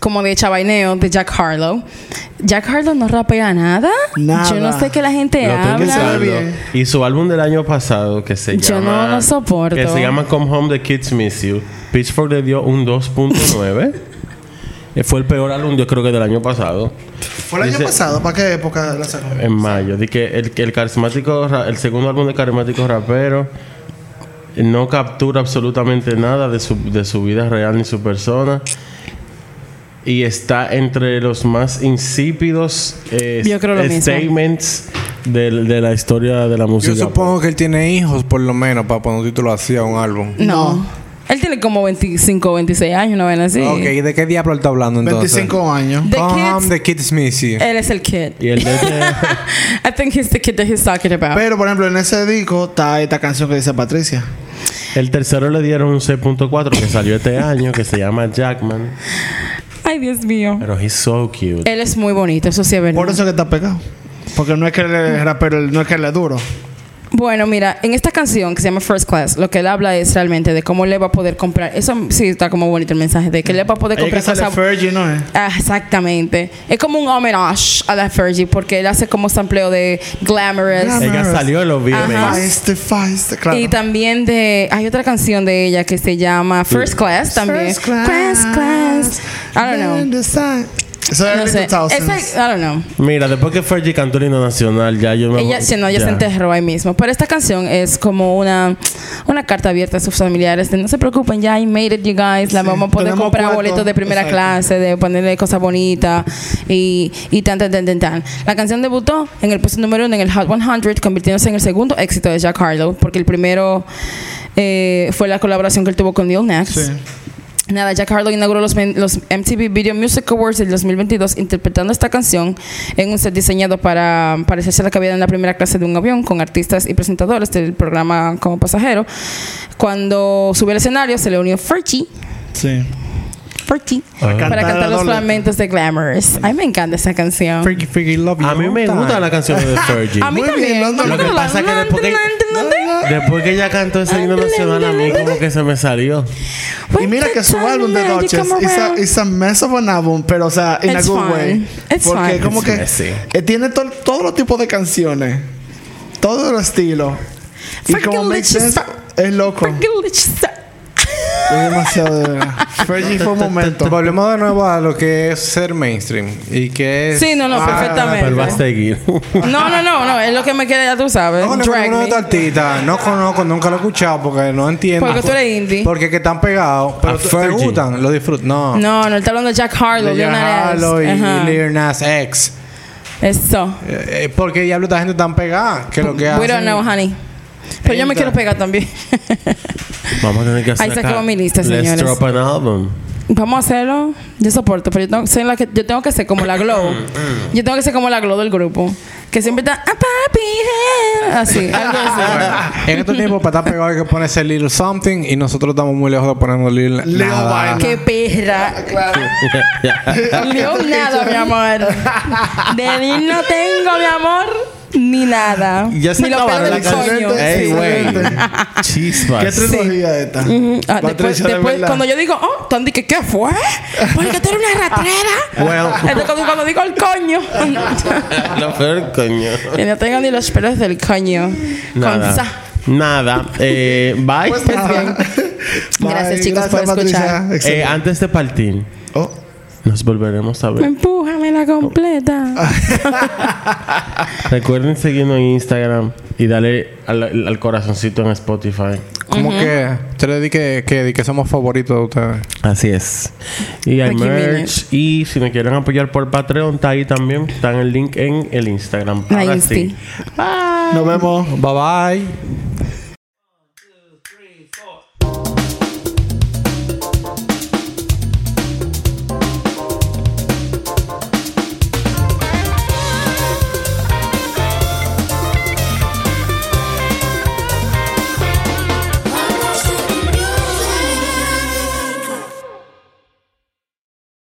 Speaker 2: como de Chabaineo de Jack Harlow. Jack Harlow no rapea nada.
Speaker 3: Nada.
Speaker 2: Yo no sé qué la gente
Speaker 4: Lo tengo que
Speaker 3: saber.
Speaker 2: habla.
Speaker 4: usarlo.
Speaker 3: bien.
Speaker 4: Y su álbum del año pasado que se
Speaker 2: Yo
Speaker 4: llama.
Speaker 2: no lo soporto.
Speaker 4: Que se llama Come Home The Kids Miss You. Pitchfork le dio
Speaker 2: (laughs)
Speaker 4: un 2.9. Eh, Fue el peor álbum, yo creo que del año pasado.
Speaker 3: ¿Fue el año
Speaker 4: Dice-
Speaker 3: pasado? ¿Para qué época la sacó?
Speaker 4: En mayo. Di que el, que el carismático, ra- el segundo álbum de carismático rapero no captura absolutamente nada de su, de su vida real ni su persona. Y está entre los más insípidos eh,
Speaker 2: Yo creo lo mismo.
Speaker 4: statements del- de, la historia de la música.
Speaker 1: Yo supongo que él tiene hijos, por lo menos, para poner un título así a un álbum.
Speaker 2: No.
Speaker 3: No.
Speaker 2: Él tiene como 25, 26 años, una vez así.
Speaker 1: Ok, ¿y de qué diablo él está hablando entonces?
Speaker 3: 25 años.
Speaker 2: The
Speaker 1: Come
Speaker 2: kids- Eh,
Speaker 1: the kids miss you.
Speaker 2: Él es el kid.
Speaker 4: Y el de
Speaker 1: (laughs)
Speaker 4: este-
Speaker 2: (laughs) I think he's the kid that he's talking about.
Speaker 3: Pero por ejemplo, en ese disco está esta canción que dice Patricia.
Speaker 4: el tercero le dieron un 6.4 que salió este año, que se llama Jackman.
Speaker 2: Ay, Dios mío.
Speaker 4: Pero he's so cute.
Speaker 2: Él es muy bonito, eso sí es verdad.
Speaker 3: Por eso que está pegado. Porque no es que el rapero, no es que le es duro.
Speaker 2: Bueno, mira, en esta canción que se llama First Class, lo que él habla es realmente de cómo le va a poder comprar. Eso sí está como bonito el mensaje de que le va a poder
Speaker 3: Ahí es que
Speaker 2: comprar
Speaker 3: sale
Speaker 2: cosas.
Speaker 3: Fergie, ¿no es?
Speaker 2: Ah, exactamente. Es como un homenaje a la Fergie porque él hace como sampleo de glamorous.
Speaker 3: Glam-
Speaker 4: Ella salió en los
Speaker 2: Ajá.
Speaker 4: VMAs.
Speaker 3: Feiste, feiste, claro.
Speaker 2: Y también de. Hay otra canción de ella que se llama First Class también.
Speaker 3: First class.
Speaker 2: Class, class. I don't know.
Speaker 3: Eso
Speaker 2: No sé. Es like, I don't know.
Speaker 4: Mira, después que Fergie cantó el himno nacional, ya yo me...
Speaker 2: Ella, sí, no, ella se enterró ahí mismo. Pero esta canción es como una, una carta abierta a sus familiares. De, no se preocupen, ya I made it, you guys. La vamos a poder
Speaker 3: tenemos
Speaker 2: comprar
Speaker 3: cuarto".
Speaker 2: boletos de primera
Speaker 3: Exacto.
Speaker 2: clase, de ponerle cosas bonitas y, y tan, tan, tan, tan, tan. La canción debutó en el puesto número uno en el Hot 100, convirtiéndose en el segundo éxito de Jack Harlow, porque el primero eh, fue la colaboración que él tuvo con Neil Nash.
Speaker 3: Sí.
Speaker 2: Nada, Jack Harlow inauguró los, men- los MTV Video Music Awards del 2022 interpretando esta canción en un set diseñado para parecerse a la cabina en la primera clase de un avión con artistas y presentadores del programa como pasajero. Cuando subió al escenario se le unió Fergie,
Speaker 3: Sí.
Speaker 2: Fergie
Speaker 4: Ah.
Speaker 2: para
Speaker 3: Cantar
Speaker 2: cantar
Speaker 3: la
Speaker 2: los
Speaker 3: doble.
Speaker 2: flamencos de Glamorous. A mí me encanta esa canción.
Speaker 1: Freaky, freaky, love you
Speaker 4: A mí me
Speaker 1: all
Speaker 4: gusta
Speaker 1: time.
Speaker 4: la canción
Speaker 3: (laughs)
Speaker 4: de Fergie.
Speaker 2: A mí
Speaker 3: Muy
Speaker 2: también.
Speaker 3: bien, London.
Speaker 4: Lo que pasa es que después que, después que ella cantó ese himno nacional, a mí como que se me salió.
Speaker 3: Y mira que su álbum de Duchess es a, it's a mess of an album, pero o sea, in
Speaker 2: It's
Speaker 3: a good
Speaker 2: fine.
Speaker 3: way.
Speaker 2: It's
Speaker 3: porque
Speaker 2: fine.
Speaker 3: como
Speaker 4: It's
Speaker 3: que
Speaker 4: messy.
Speaker 3: eh, tiene to- todos los tipos de canciones, todos los estilos. Y
Speaker 2: Freaking
Speaker 3: como makes
Speaker 2: bitches.
Speaker 3: sense, es loco. Es demasiado de verdad. Fergie fue un momento.
Speaker 1: Volvemos de nuevo a lo que es ser mainstream y que es Ah,
Speaker 2: Sí, no, no,
Speaker 4: Pero va a
Speaker 2: perfectamente. (laughs)
Speaker 4: seguir.
Speaker 2: No, no, no, no, es lo que me queda, ya tú sabes.
Speaker 1: No conozco
Speaker 2: Drag
Speaker 1: ninguno de
Speaker 2: me.
Speaker 1: estos artistas, no conozco, nunca lo he escuchado porque no entiendo.
Speaker 2: Porque tú eres indie.
Speaker 1: Porque que están pegados, pero
Speaker 4: A
Speaker 1: te- te
Speaker 4: Fergie.
Speaker 1: gustan, lo disfrutan. No.
Speaker 2: No, no, él está hablando de Jack Harlow,
Speaker 1: De
Speaker 2: Lil
Speaker 1: Jack
Speaker 2: Nas X.
Speaker 1: Harlow y,
Speaker 2: Ajá.
Speaker 1: y Lil Nas X.
Speaker 2: Eso.
Speaker 1: Eh, eh, ¿Por qué diablo esta gente tan pegada? Que lo que
Speaker 2: We don't
Speaker 1: hacen-
Speaker 2: know, honey. Pero yo me quiero pegar también. (laughs)
Speaker 4: Vamos a tener que hacer.
Speaker 2: Ahí se acabó mi lista,
Speaker 4: Let's
Speaker 2: señores.
Speaker 4: drop an album.
Speaker 2: Vamos a hacerlo. Yo soporto, pero yo tengo, soy la que, yo tengo que ser como la
Speaker 1: Mm,
Speaker 2: glow. Yo tengo que ser como la glow del grupo. Que siempre está... "Ah, papi, eh",
Speaker 1: (laughs)
Speaker 2: Así, algo así.
Speaker 1: En estos tiempos, para estar pegado, hay que ponerse Little Something y nosotros estamos muy lejos de ponernos Little
Speaker 3: Little
Speaker 1: Nada.
Speaker 3: Vaina.
Speaker 2: Qué perra. (laughs) Ni nada, mi amor. De mí no tengo, mi amor. Ni nada. ni lo peor del
Speaker 3: canción.
Speaker 2: coño.
Speaker 1: Eh,
Speaker 4: Ey,
Speaker 3: Sí.
Speaker 4: güey.
Speaker 2: Ah.
Speaker 4: (laughs)
Speaker 3: Qué
Speaker 4: Chispas.
Speaker 3: trilogía esta.
Speaker 2: Mm, ah, después,
Speaker 3: Patricia, de
Speaker 2: después,
Speaker 3: verdad.
Speaker 2: cuando yo digo, oh, Tom que ¿qué fue? Porque tú eres una ratrera.
Speaker 4: Well.
Speaker 2: Entonces, cuando, cuando digo el coño, (laughs)
Speaker 4: Lo peor, coño.
Speaker 2: que no tengo ni los pelos del coño. Con
Speaker 4: Nada.
Speaker 2: sa-
Speaker 4: Nada. Eh, bye.
Speaker 2: Pues bien. Gracias, chicos, por escuchar.
Speaker 3: Patricia. (laughs)
Speaker 4: Eh,
Speaker 3: Excelente.
Speaker 4: antes de partir,
Speaker 3: Oh,
Speaker 4: Nos volveremos
Speaker 2: (laughs)
Speaker 4: a ver.
Speaker 2: Empújame la completa.
Speaker 4: Recuerden seguirnos en Instagram y darle al, al corazoncito en Spotify.
Speaker 1: Como que te le di que, que, di que somos favoritos de ustedes.
Speaker 4: Así es. Y hay
Speaker 2: Aquí
Speaker 4: merch. Y si me quieren apoyar por Patreon, está ahí también. Está en el link en el Instagram.
Speaker 2: La
Speaker 4: Ahora
Speaker 2: Insti.
Speaker 4: sí. Bye.
Speaker 3: Nos vemos.
Speaker 1: Bye bye.